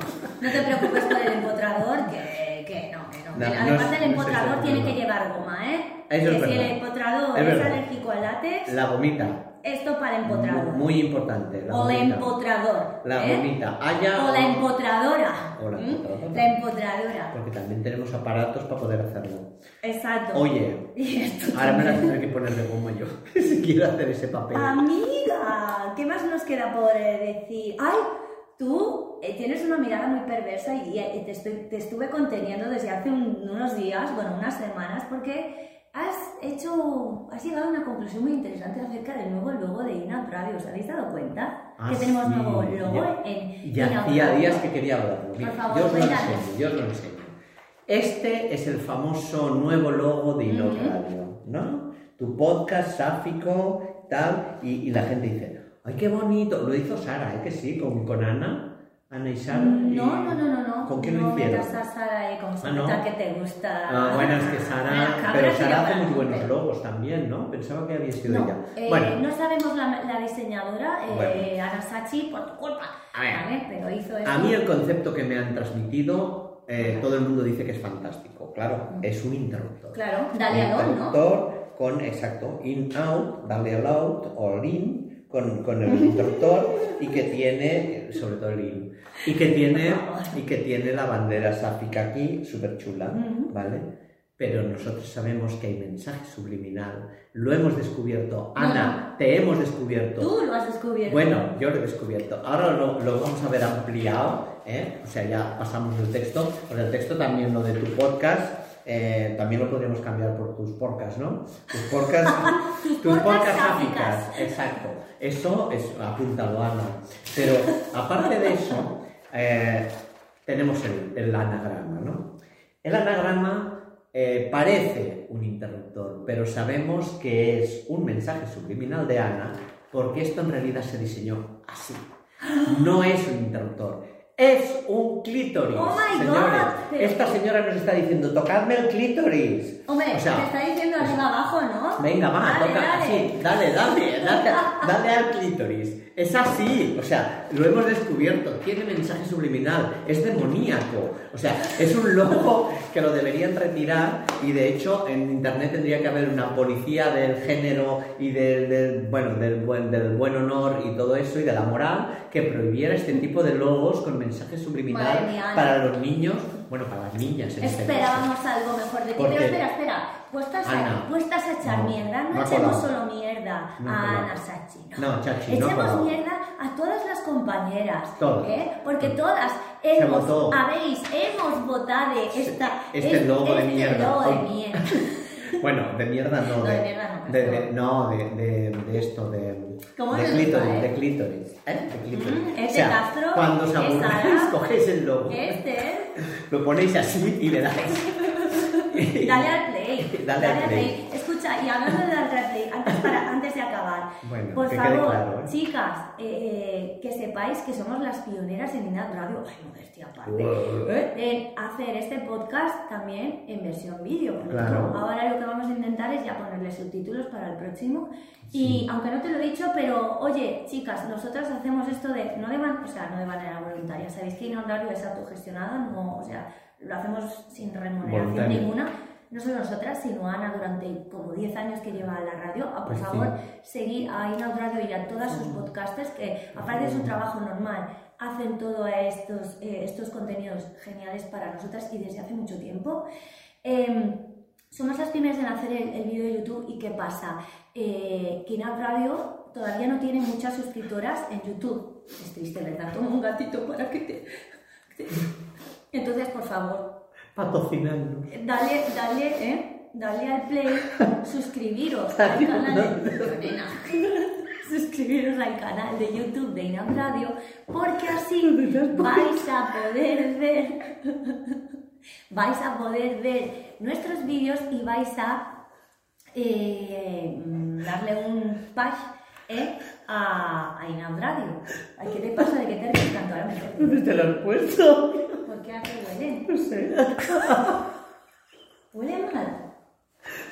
No te preocupes por el empotrador, que, que no, que no. No, Además, no es- el empotrador no es eso, tiene que no. llevar goma, ¿eh? Eso es que si el verdad. empotrador Es es, verdad. alérgico al látex, La gomita. esto para el Mu- empotrador. Muy importante. La o el gomita. empotrador. La ¿eh? gomita. Haya O la empotradora. O la ¿Mm? empotradora. La empotradora. Porque también tenemos aparatos para poder hacerlo. Exacto. Oye, Y esto ahora me la tendré que poner de goma yo. si quiero hacer ese papel. Ah, Amiga, ¿qué más nos queda por eh, decir? Ay, tú eh, tienes una mirada muy perversa y, eh, te, estoy- te estuve conteniendo desde hace un- unos días, bueno, unas semanas, porque has hecho, has llegado a una conclusión muy interesante acerca del nuevo logo de INAP Radio. ¿Os habéis dado cuenta? Ah, que tenemos sí, nuevo logo ya. en Y INAP hacía Radio. días que quería hablarlo. Mira, Por favor, yo os lo cuéntanos. enseño, yo os lo enseño. Este es el famoso nuevo logo de Inop Ujú. Radio, ¿no? Tu podcast sáfico, tal, y, y la gente dice, ¡ay, qué bonito! Lo hizo Sara, ¿eh? Que sí, con, con Ana. Ana y Sara? y- Mm, No, no, no, no, no. ¿Con quién no lo hicieron? metas a eh, Sara y con Ah, ¿no? Santa que te gusta. Ah, bueno, es que La Sara. cabra Pero que Sara yo hace muy la- buenos logos también, ¿no? Pensaba que había sido No, ella. eh, Bueno, no sabemos la, la diseñadora, eh, Bueno. Ana Sachi, por tu culpa. A ver. ¿vale? Pero hizo eso. a mí el concepto que me han transmitido, eh, todo el mundo dice que es fantástico. Claro, es un interruptor. Claro, dale a Don, ¿no? interruptor con, exacto, in-out, darle al out o in, con, con el interruptor y que tiene, sobre todo el in, y que tiene, y que tiene la bandera sáfica aquí, súper chula, Ujú. ¿vale? Pero nosotros sabemos que hay mensaje subliminal, lo hemos descubierto. No, Ana, te hemos descubierto. Tú lo has descubierto. Bueno, yo lo he descubierto. Ahora lo, lo vamos a ver ampliado, ¿eh? O sea, ya pasamos el texto. Pues el texto también lo de tu podcast. eh, también lo podríamos cambiar por tus podcasts, ¿no? Tus podcasts. Tus podcasts sáficas, Exacto. Eso es apuntado Ana. Pero aparte de eso, eh, tenemos el, el anagrama, ¿no? El anagrama eh, parece un interruptor, pero sabemos que es un mensaje subliminal de Ana porque esto en realidad se diseñó así. No es un interruptor, es un clítoris. Oh my God, señores. pero- Esta señora nos está diciendo, tocadme el clítoris. Hombre, O sea, te está diciendo arriba abajo, ¿no? Venga, va, Dale, toca dale. así, dale, dale, dale, dale al clítoris. Es así, o sea, lo hemos descubierto, tiene mensaje subliminal, es demoníaco. O sea, es un logo que lo deberían retirar y de hecho en internet tendría que haber una policía del género y del, del- bueno, del, buen, del buen honor y todo eso y de la moral que prohibiera este tipo de logos con mensaje subliminal Madre mía, Ana. para los niños, bueno, para las niñas en este caso. Esperábamos algo mejor de ti, Porque- pero espera, espera. Vos estás Ana. a, vos estás a echar No, mierda, no, no ha echemos colado. solo mierda No ha a colado. Ana Sachi. No. No, chachi, no. Echemos pero- mierda a todas las compañeras, Todas. ¿eh? porque todas Se hemos, votó. habéis, hemos votado esta, este logo de este mierda. logo de Ay. mierda. Bueno, de mierda no. No, de, de mierda no, de- pero- de- no, de, de- de esto, de. ¿Cómo de se clítoris, llama, eh? de clítoris. ¿eh? De clítoris. Mm, este O sea, Castro, Cuando os es aburráis, Sara. cogéis el logo, Este, lo ponéis así y le dais. dale al play. Dale al play. Escucha, y hablando de al play, antes, para, antes de acabar, Bueno, por que quede favor, claro, ¿eh? chicas, eh, eh, que sepáis que somos las pioneras en Inad Radio, ay, modestia aparte, Wow. en hacer este podcast también en versión vídeo. Por lo Claro. tanto, Ahora lo que vamos a intentar es ya ponerle subtítulos para el próximo. Y aunque no te lo he dicho, pero oye, chicas, nosotras hacemos esto de, no de, man- o sea, no de manera voluntaria. Sabéis que Inad Radio es autogestionada, no, o sea, lo hacemos sin remuneración Voluntario. ninguna. No solo nosotras, sino Ana durante como 10 años que lleva la radio. Ah, Por Pues sí. favor, seguir a Inad Radio y a todas sus podcasters que, aparte de su trabajo normal, hacen todos estos, eh, estos contenidos geniales para nosotras y desde hace mucho tiempo. Em, somos las primeras en hacer el, el vídeo de YouTube y ¿qué pasa? Eh, que Inad Radio todavía no tiene muchas suscriptoras en YouTube. Es triste, ¿verdad? Toma un gatito para que te... Entonces, por favor, Patrocinando. Dale, dale, ¿eh? Dale al play, suscribiros al Dale, canal. no. Nena. suscribiros al canal de YouTube de Inam Radio, porque así vais a poder ver. vais a poder ver nuestros vídeos y vais a eh, mm, darle un pash ¿eh? a, a Inam Radio. Ay, ¿Qué te pasa de que te ríes tanto ahora? me- ¿Dónde te lo has puesto? ¿Por qué hace huele? No sé. Huele mal.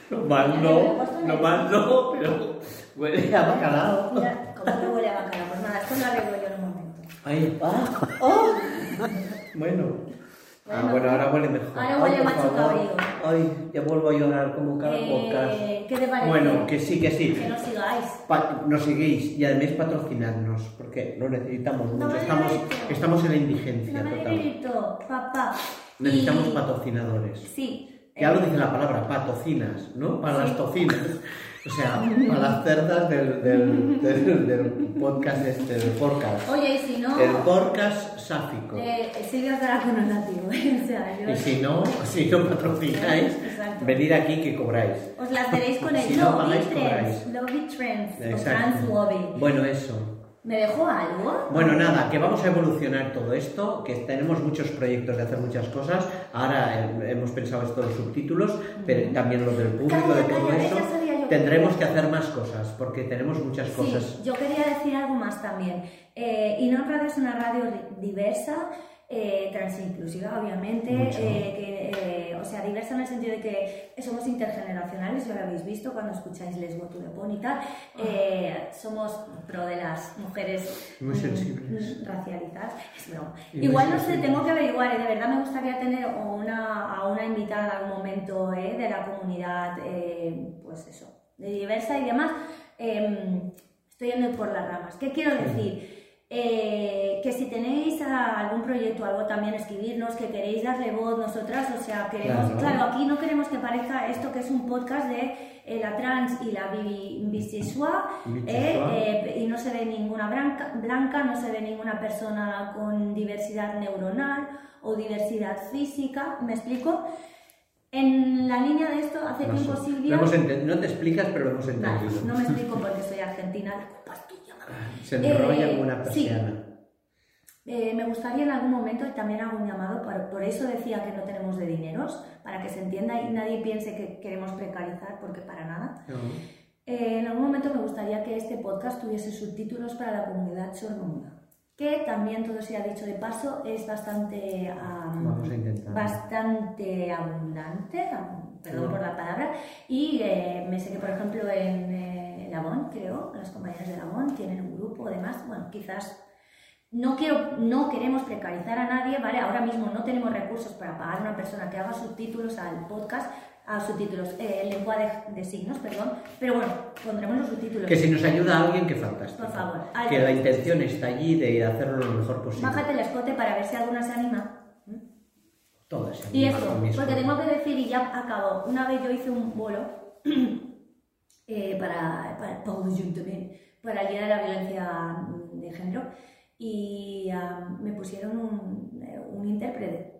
Lo más no, lo más no, pero huele a bacalao. Mira, como que huele a bacalao. Pues nada, esto lo arreglo yo en un momento. Ahí, ah, ah. Bueno. Ah, Oh. Bueno. bueno, ahora huele mejor. Ahora huele Ay, por macho favor. cabrío. Ay, ya vuelvo a llorar como cada podcast. Eh, ¿Qué te parece? Bueno, que sí, que sí. Que no sigáis. Pa- nos seguís y además patrocinadnos porque lo necesitamos No mucho. me Estamos, digas. estamos en la indigencia No me total. grito, papá. Necesitamos Y- patrocinadores. Sí. Ya eh, lo dice la palabra, patocinas, ¿no? Para Sí. las tocinas. O sea, para las cerdas del, del, del- del podcast este, del podcast. eh, Oye, y si no, El podcast sáfico. eh, Silvia estará con un látigo. ¿eh? O sea, yo... Y si no, si no patrocináis, Exacto. venid aquí que cobráis. Os las veréis con Si el no Lobby pagáis, Trends. cobráis. Lobby Trends. O Exacto. Trans Lobby. Bueno, eso. ¿Me dejó algo? Bueno, nada, que vamos a evolucionar todo esto, que tenemos muchos proyectos de hacer muchas cosas. Ahora eh, hemos pensado esto de los subtítulos, pero también los del público, de Calla, todo calla, eso. ya sabía yo Tendremos que hacer más cosas, porque tenemos muchas cosas. Sí, yo quería decir algo más también. Eh, Inon Radio es una radio diversa, eh, transinclusiva, obviamente, Mucho. eh, que, eh, o sea, diversa en el sentido de que somos intergeneracionales, ya lo habéis visto cuando escucháis Lesbo to the Bone y tal. Ah. Eh, somos pro de las mujeres Muy mm, sensibles. mm, racializadas. Es broma. Y muy Igual no sé, sensibles. tengo que averiguar, eh, de verdad me gustaría tener o una, a una invitada en algún momento eh, de la comunidad, eh, pues eso, de diversa y demás. Em, estoy yendo por las ramas. ¿Qué quiero decir? Eh, que si tenéis a- algún proyecto o algo también escribirnos, que queréis darle voz nosotras, o sea, queremos, Claro. claro, aquí no queremos que parezca esto que es un podcast de eh, la trans y la bi- bisexual, eh, Bisexual. eh, y no se ve ninguna branca- blanca, no se ve ninguna persona con diversidad neuronal o diversidad física, ¿me explico? En la línea de esto, hace No sé. tiempo Lo Silvia... hemos enten- no te explicas, pero lo hemos Vale, entendido. no me explico porque soy argentina, la culpa es tuya, mamá. Se enrolla Eh, como una sí. persiana. Eh, me gustaría en algún momento y también hago un llamado, por, por eso decía que no tenemos de dineros, para que se entienda y nadie piense que queremos precarizar, porque para nada. No. Eh, en algún momento me gustaría que este podcast tuviese subtítulos para la comunidad sordomuda, que también, todo se ha dicho de paso, es bastante, am, Vamos a intentar. bastante abundante, am, perdón No. por la palabra, y eh, me sé que, por ejemplo, en eh, Lamón, creo, las compañeras de Lamón tienen un grupo, además, bueno, quizás no, quiero, no queremos precarizar a nadie, ¿vale? Ahora mismo no tenemos recursos para pagar a una persona que haga subtítulos al podcast, a subtítulos, eh, en lengua de, de signos, perdón, pero bueno, pondremos los subtítulos. Que si nos ayuda alguien, que fantástico. Por favor, alguien. Que la intención está allí de hacerlo lo mejor posible. Bájate el escote para ver si alguna se anima. Todas se Y animan esto, lo mismo. porque tengo que decir, y ya acabo, una vez yo hice un bolo eh, para, para, para el ayuntamiento, para el Día de la Violencia mm, de Género, y ah, me pusieron un, eh, un intérprete.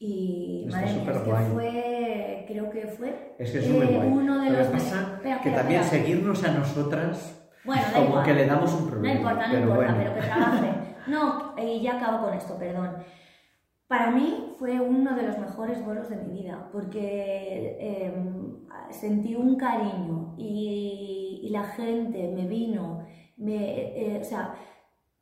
Y Está madre mía, es que superguay. fue, creo que fue Es que es eh, muy guay. uno de Lo que los... pasa Espera, que espera, también espera. seguirnos a nosotras Bueno, da como igual. que le damos un problema. No importa, no pero importa, bueno. pero que trabaje. No, y ya acabo con esto, perdón. Para mí fue uno de los mejores vuelos de mi vida, porque em, sentí un cariño y, y la gente me vino, me, eh, o sea,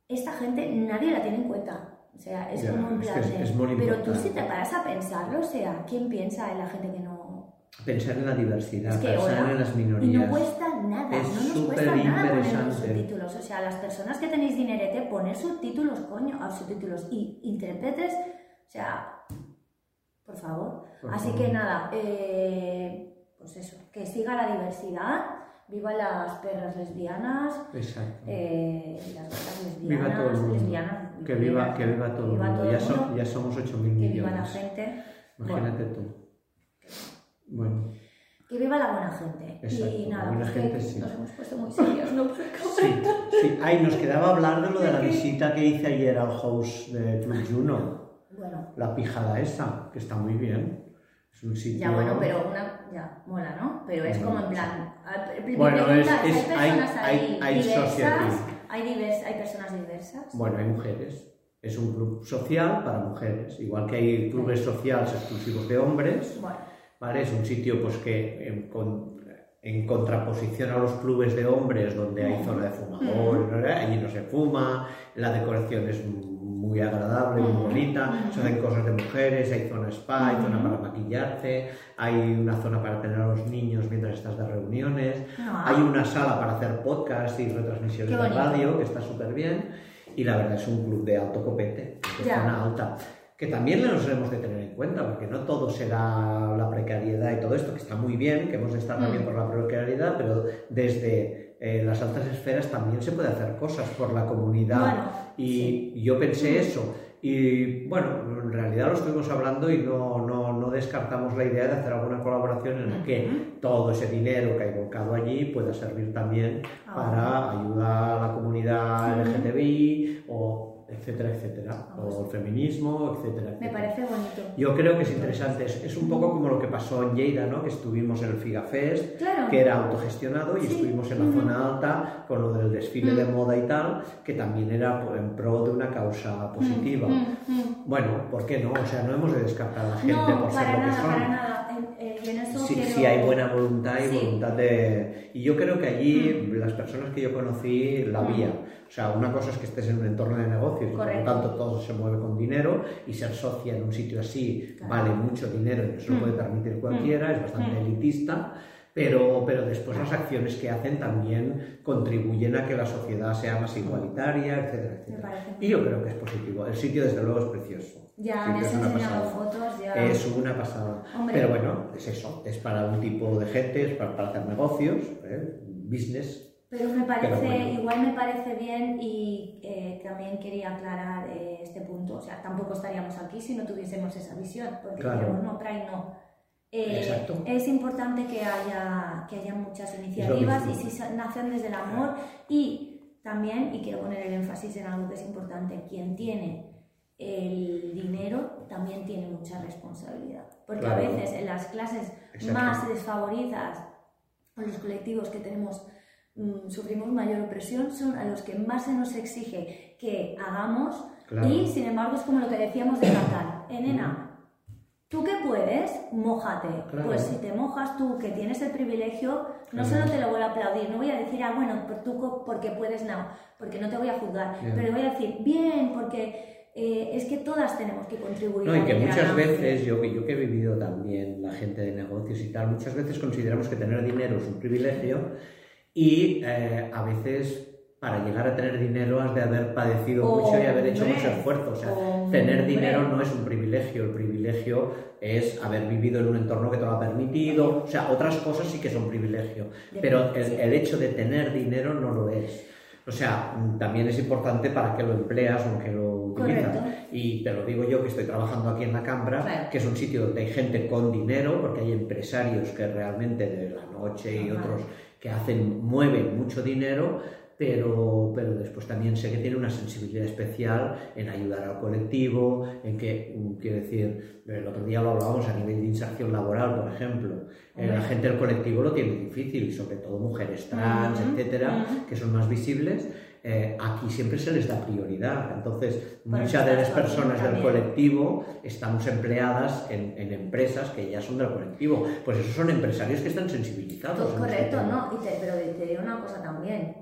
esta gente nadie la tiene en cuenta. O sea, es Ya, como un es plan que es- de- es muy Pero tú importante. si te paras a pensarlo, o sea, ¿quién piensa en la gente que no...? Pensar en la diversidad, Es que, pensar hola, en las Y minorías. no cuesta nada, Es no nos cuesta nada poner superinteresante. los subtítulos. O sea, las personas que tenéis dinerete, poner subtítulos, coño, a subtítulos y intérpretes, o sea, por favor. Por Así favor. que nada, eh, pues eso, que siga la diversidad, viva las perras lesbianas, Exacto. eh, las gatas lesbianas, Viva todo el mundo. lesbianas, que, viva, que viva todo el mundo. ya, so- mundo, ya somos 8.000 que viva la millones. gente, Imagínate tú. Bueno, que viva la buena gente. y Exacto, nada, la buena pues que gente sí. nos hemos puesto muy serios, no puedo acabar. sí, sí. Ay, nos quedaba hablar de lo de la visita que hice ayer al house de Club Juno. Bueno. La pijada esa, que está muy bien. Es un sitio... Ya, bueno, pero una. Ya, mola, ¿no? Pero es como en plan. a- mi Bueno, pregunta es- es- hay- hay personas ahí hay- hay diversas. society. Hay, divers- hay personas diversas. Bueno, hay mujeres. Es un club social para mujeres. Igual que hay clubes sociales exclusivos de hombres. Bueno, ¿vale? Es un sitio pues, que en, con- en contraposición a los clubes de hombres donde hay zona de fumadores, ¿no? allí no se fuma, la decoración es muy agradable, muy Ujú, bonita, se hacen cosas de mujeres, hay zona spa, hay zona Ujú. para maquillarse, hay una zona para tener a los niños mientras estás de reuniones, no. hay una sala para hacer podcast y retransmisiones Qué de bonito. radio, que está súper bien. Y la verdad es un club de alto copete, de Ya. zona alta, que también nos hemos de tener en cuenta, porque no todo será la precariedad y todo esto, que está muy bien, que hemos de estar también Mm. por la precariedad, pero desde eh, las altas esferas también se puede hacer cosas por la comunidad. Bueno, y sí. y yo pensé eso. Y bueno, en realidad lo estuvimos hablando y no, no, no descartamos la idea de hacer alguna colaboración en la que todo ese dinero que hay volcado allí pueda servir también Ah. para ayudar a la comunidad Ujú. LGTBI o etcétera, etcétera, Ah, o sí. el feminismo, etcétera, Me etcétera. parece bonito. Yo creo que es interesante, es, es un poco como lo que pasó en Lleida, ¿no? que estuvimos en el FIGAFest Claro. que era autogestionado y Sí. estuvimos en la Ujú. zona alta con lo del desfile de Mm. moda y tal, que también era por- en pro de una causa positiva. Mm, mm, mm. Bueno, ¿por qué no? O sea, no hemos de descartar a la gente No, por ser para lo que nada, son. para nada. En- eh, yo en eso Sí, quiero- sí, hay buena voluntad y Sí. voluntad de... Y yo creo que allí las personas que yo conocí la Mm. vía. O sea, una cosa es que estés en un entorno de negocios y por lo Correcto. tanto todo se mueve con dinero y ser socia en un sitio así Claro. vale mucho dinero y no se lo Mm. puede permitir cualquiera, es bastante Mm. elitista. Pero, pero después las acciones que hacen también contribuyen a que la sociedad sea más igualitaria, etcétera, Me etcétera. parece. Y yo creo que es positivo. El sitio, desde luego, es precioso. Ya Sí, me que has es una enseñado pasada. fotos, ya. Es una pasada. Hombre. Pero bueno, es eso, es para un tipo de gente, es para, para hacer negocios, ¿eh? business. Pero me parece, Pero bueno. igual me parece bien y eh, también quería aclarar eh, este punto. O sea, tampoco estaríamos aquí si no tuviésemos esa visión, porque Claro. diríamos, no, Pride no. Eh, Exacto. Es importante que haya, que haya muchas mismo. iniciativas y si sa- nacen desde el amor y también, y quiero poner el énfasis en algo que es importante, quien tiene el dinero también tiene mucha responsabilidad. Porque a Claro. veces en las clases Exacto. más desfavoridas o los colectivos que tenemos mm, sufrimos mayor opresión son a los que más se nos exige que hagamos Claro. y sin embargo es como lo que decíamos de cantar. Eh, nena, tú que puedes, mójate. Claro. Pues si te mojas tú que tienes el privilegio, no Claro. solo te lo voy a aplaudir, no voy a decir, ah, bueno, por tú co- porque puedes, no, porque no te voy a juzgar, Ya. pero voy a decir, bien, porque eh, es que todas tenemos que contribuir. No, y a que generar muchas avance. veces, yo, que- yo que he vivido también la gente de negocios y tal, muchas veces consideramos que tener dinero es un privilegio y eh, a veces para llegar a tener dinero has de haber padecido mucho y haber hecho Hombre, mucho esfuerzo. O sea, hombre. Tener dinero no es un privilegio, el privilegio es haber vivido en un entorno que te lo ha permitido, o sea, otras cosas sí que son privilegio, pero el, el hecho de tener dinero no lo es. O sea, mm, también es importante para qué lo empleas o en qué lo utilizas. Correcto. Y te lo digo yo que estoy trabajando aquí en la Cambra, Claro. que es un sitio donde hay gente con dinero, porque hay empresarios que realmente de la noche y Ajá. otros que hacen, mueven mucho dinero, pero, pero después también sé que tiene una sensibilidad especial en ayudar al colectivo, en que, mm, quiero decir, el otro día lo hablábamos a nivel de inserción laboral, por ejemplo, Eh, la Hombre. gente del colectivo lo tiene difícil, y sobre todo mujeres trans, Ujú, etcétera, ujú. que son más visibles. eh, aquí siempre se les da prioridad, entonces Por muchas de las supuesto, personas del también. colectivo estamos empleadas en, en empresas que ya son del colectivo, pues esos son empresarios que están sensibilizados. en Todo este correcto, tema. ¿no? Y te- pero te diré una cosa también.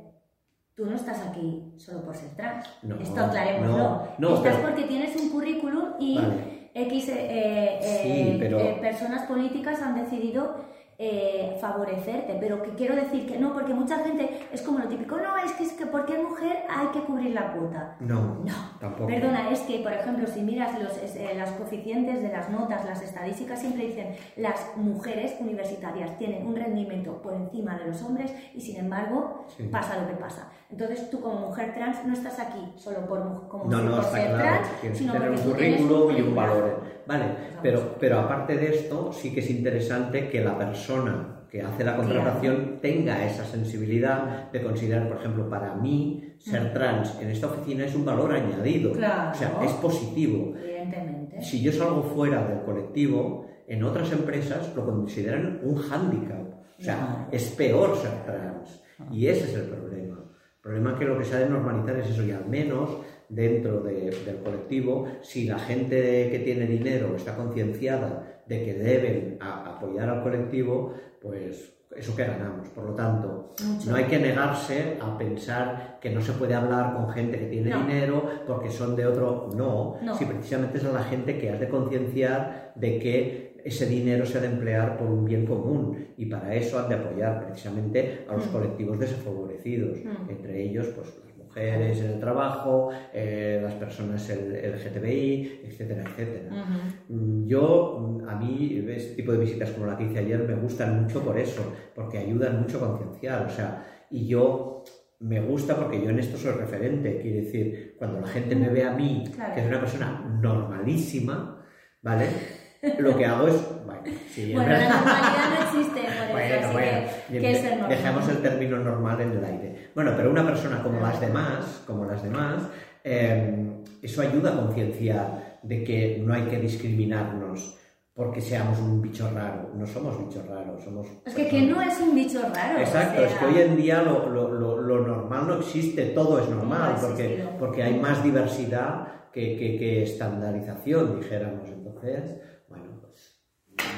Tú no estás aquí solo por ser trans. No, Esto aclarémoslo. no, no, estás pero- porque tienes un currículum y Vale. X eh, eh, Sí, pero- eh, personas políticas han decidido eh, favorecerte. Pero que quiero decir que no, porque mucha gente es como lo típico, no, es que, es que porque es mujer hay que cubrir la cuota. No, No. tampoco. Perdona, es que, por ejemplo, si miras los, es- eh, las coeficientes de las notas, las estadísticas, siempre dicen las mujeres universitarias tienen un rendimiento por encima de los hombres y, sin embargo, Sí. pasa lo que pasa. Entonces, tú como mujer trans no estás aquí solo por, mu- como No, no, por está ser claro. trans, Tienes que sino tener porque un tú tienes currículum y un currículum. valor. Vale, pero, Vamos. pero aparte de esto, sí que es interesante que la persona que hace la contratación tenga esa sensibilidad de considerar, por ejemplo, para mí, ser trans en esta oficina es un valor añadido. Mm. Claro. O sea, es positivo. Evidentemente. Si yo salgo fuera del colectivo, en otras empresas lo consideran un hándicap. O sea, Ajá. es peor ser trans. Y ese es el problema. El problema es que lo que se ha de normalizar es eso, y al menos dentro de- del colectivo, si la gente que tiene dinero está concienciada de que deben a- apoyar al colectivo, pues eso que ganamos. Por lo tanto, Mucho. no hay que negarse a pensar que no se puede hablar con gente que tiene No. dinero porque son de otro. No, No. si precisamente es a la gente que has de concienciar de que ese dinero se ha de emplear por un bien común y para eso han de apoyar precisamente a los Mm. colectivos desfavorecidos, Mm. entre ellos pues las mujeres en el trabajo, eh, las personas el- LGTBI, etcétera, etcétera. Ujú. Mm, Yo, mm, a mí, este tipo de visitas como la que hice ayer me gustan mucho por eso, porque ayudan mucho a concienciar, o sea, y yo me gusta porque yo en esto soy referente, quiere decir, cuando la gente me ve a mí, Mm, Claro. que es una persona normalísima, ¿vale? Lo que hago es, bueno, sí, es Bueno, la verdad. normalidad no existe, por eso, Bueno, así bueno, que, bien, que es el normal. dejamos el término normal en el aire. Bueno, pero una persona como las demás, como las demás, eh, eso ayuda a concienciar de que no hay que discriminarnos porque seamos un bicho raro. No somos bichos raros, somos... Es que quien no es un bicho raro. o Exacto, es sea, que hoy en día lo, lo- lo- lo normal no existe, todo es normal, No ha porque, existido. porque hay más diversidad que, que- que estandarización, dijéramos. Entonces, bueno, pues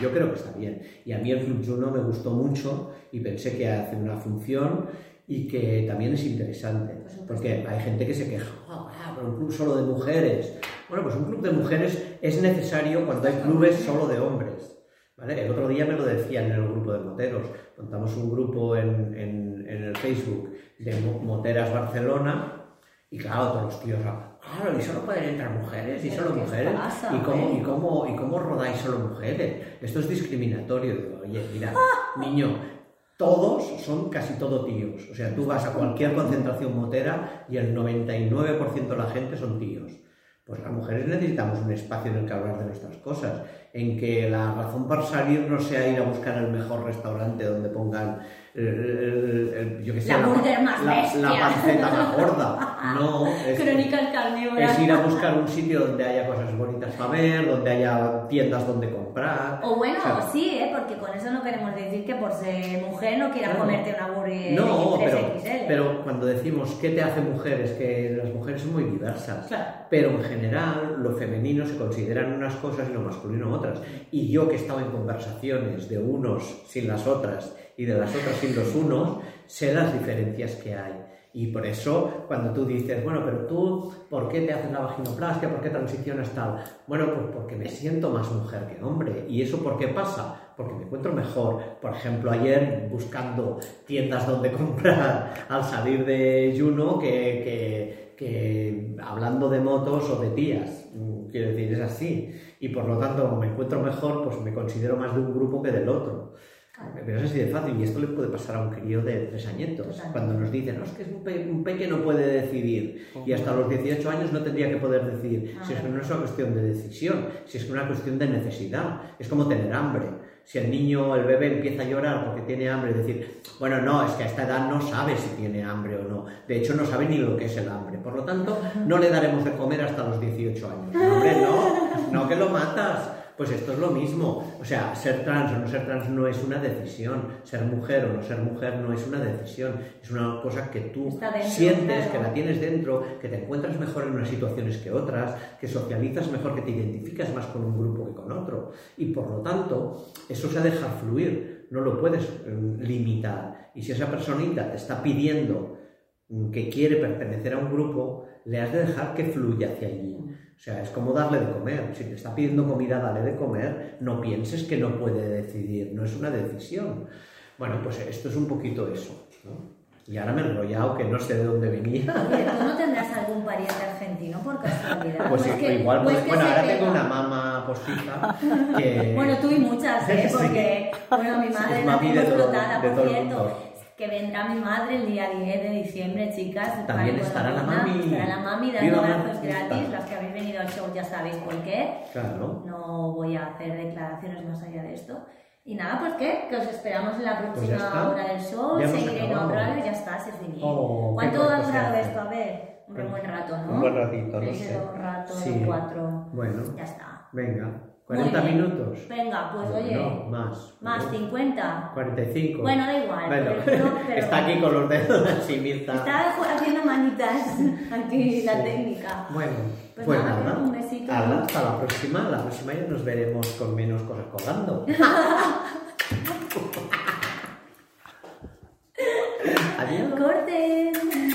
Yo creo que está bien. Y a mí el Club Juno me gustó mucho y pensé que hace una función y que también es interesante. Por supuesto. porque hay gente que se queja, "Oh, ah, pero un club solo de mujeres. Bueno, pues un club de mujeres es necesario cuando hay clubes solo de hombres. ¿vale? El otro día me lo decían en el grupo de moteros. Montamos un grupo en, en- en el Facebook de mo- Moteras Barcelona y claro, todos los tíos, claro, y solo pueden entrar mujeres, y Pero solo ¿qué os mujeres. pasa, ¿Y cómo, eh? ¿Y cómo, ¿Y cómo rodáis solo mujeres? Esto es discriminatorio. Digo, Oye, mira, niño, todos son casi todo tíos. O sea, tú vas a cualquier concentración motera y el 99% de la gente son tíos. Pues las mujeres necesitamos un espacio en el que hablar de nuestras cosas, en que la razón para salir no sea ir a buscar el mejor restaurante donde pongan, el, el- el- yo qué sé, La burger más la, bestia. la panceta más gorda. No, es, Crónicas carnívoras. es ir a buscar un sitio donde haya cosas bonitas para ver, donde haya tiendas donde comprar. O bueno, O sea, sí, ¿eh? porque con eso no queremos decir que por ser mujer no quieras No. comerte una burger No, pero, 3XL. pero cuando decimos qué te hace mujer, es que las mujeres son muy diversas. Claro. Pero en general, lo femenino se consideran unas cosas y lo masculino otras. Y yo que he estado en conversaciones de unos sin las otras y de las otras sin los unos, sé las diferencias que hay. Y por eso, cuando tú dices, bueno, pero tú, ¿por qué te haces la vaginoplastia? ¿Por qué transicionas tal? Bueno, pues porque me siento más mujer que hombre. ¿Y eso por qué pasa? Porque me encuentro mejor. Por ejemplo, ayer buscando tiendas donde comprar al salir de Juno que- que, que hablando de motos o de tías, mm, quiero decir, es así. Y por lo tanto, como me encuentro mejor, pues me considero más de un grupo que del otro. Pero es así de fácil, y esto le puede pasar a un crío de tres añitos, Totalmente. cuando nos dicen, no, es que es un, pe- un peque no puede decidir, y hasta los 18 años no tendría que poder decidir, si es que no es una cuestión de decisión, si es que es una cuestión de necesidad, es como tener hambre. Si el niño, el bebé empieza a llorar porque tiene hambre, decir, bueno, no, es que a esta edad no sabe si tiene hambre o no, de hecho no sabe ni lo que es el hambre, por lo tanto, no le daremos de comer hasta los 18 años. No, hombre, no, no que lo matas. Pues esto es lo mismo. O sea, ser trans o no ser trans no es una decisión. Ser mujer o no ser mujer no es una decisión. Es una cosa que tú Está dentro, sientes, claro. que la tienes dentro, que te encuentras mejor en unas situaciones que otras, que socializas mejor, que te identificas más con un grupo que con otro. Y por lo tanto, eso se deja fluir. No lo puedes eh, limitar. Y si esa personita te está pidiendo mm, que quiere pertenecer a un grupo, le has de dejar que fluya hacia allí. O sea, es como darle de comer. Si te está pidiendo comida, dale de comer. No pienses que no puede decidir, no es una decisión. Bueno, pues esto es un poquito eso. ¿no? Y ahora me he enrollado que no sé de dónde venía. Oye, ¿tú no tendrás algún pariente argentino por casualidad? Pues, que- igual, pues pues- que bueno, se ahora pega. tengo una mamá postiza que... Bueno, tú y muchas, ¿eh? Sí. Porque, bueno, mi Sí, madre es la mami tengo de todo- explotada, de todo por el cierto. mundo. Que vendrá mi madre el día 10 de diciembre, chicas. También para estará la Corona. mami. Estará la mami dando Viva la abrazos artista. gratis. Las que habéis venido al show ya sabéis por qué. Claro. No voy a hacer declaraciones más allá de esto. Y nada, pues qué, que os esperamos en la Pues ya próxima está. hora del show. Ya hemos Seguiré acabado. inaugurando y ya está, se finí. Oh, qué ¿Cuánto ha corto se durado hace. esto? A ver, un buen rato, ¿no? Un buen ratito, no Tres, sé. Dos ratos, Sí. cuatro. Bueno, Ya está. venga. Muy 40 bien. minutos. Venga, pues oye, No, más. más 50. 45. Bueno, da igual, Bueno, pero no, pero- está aquí con los dedos así, Mirta. Está ju- haciendo manitas aquí la Sí. técnica. Bueno, Pues pues, nada, nada. un besito. Ala, hasta la próxima. La próxima ya nos veremos con menos cosas colgando. Adiós. ¡Corten!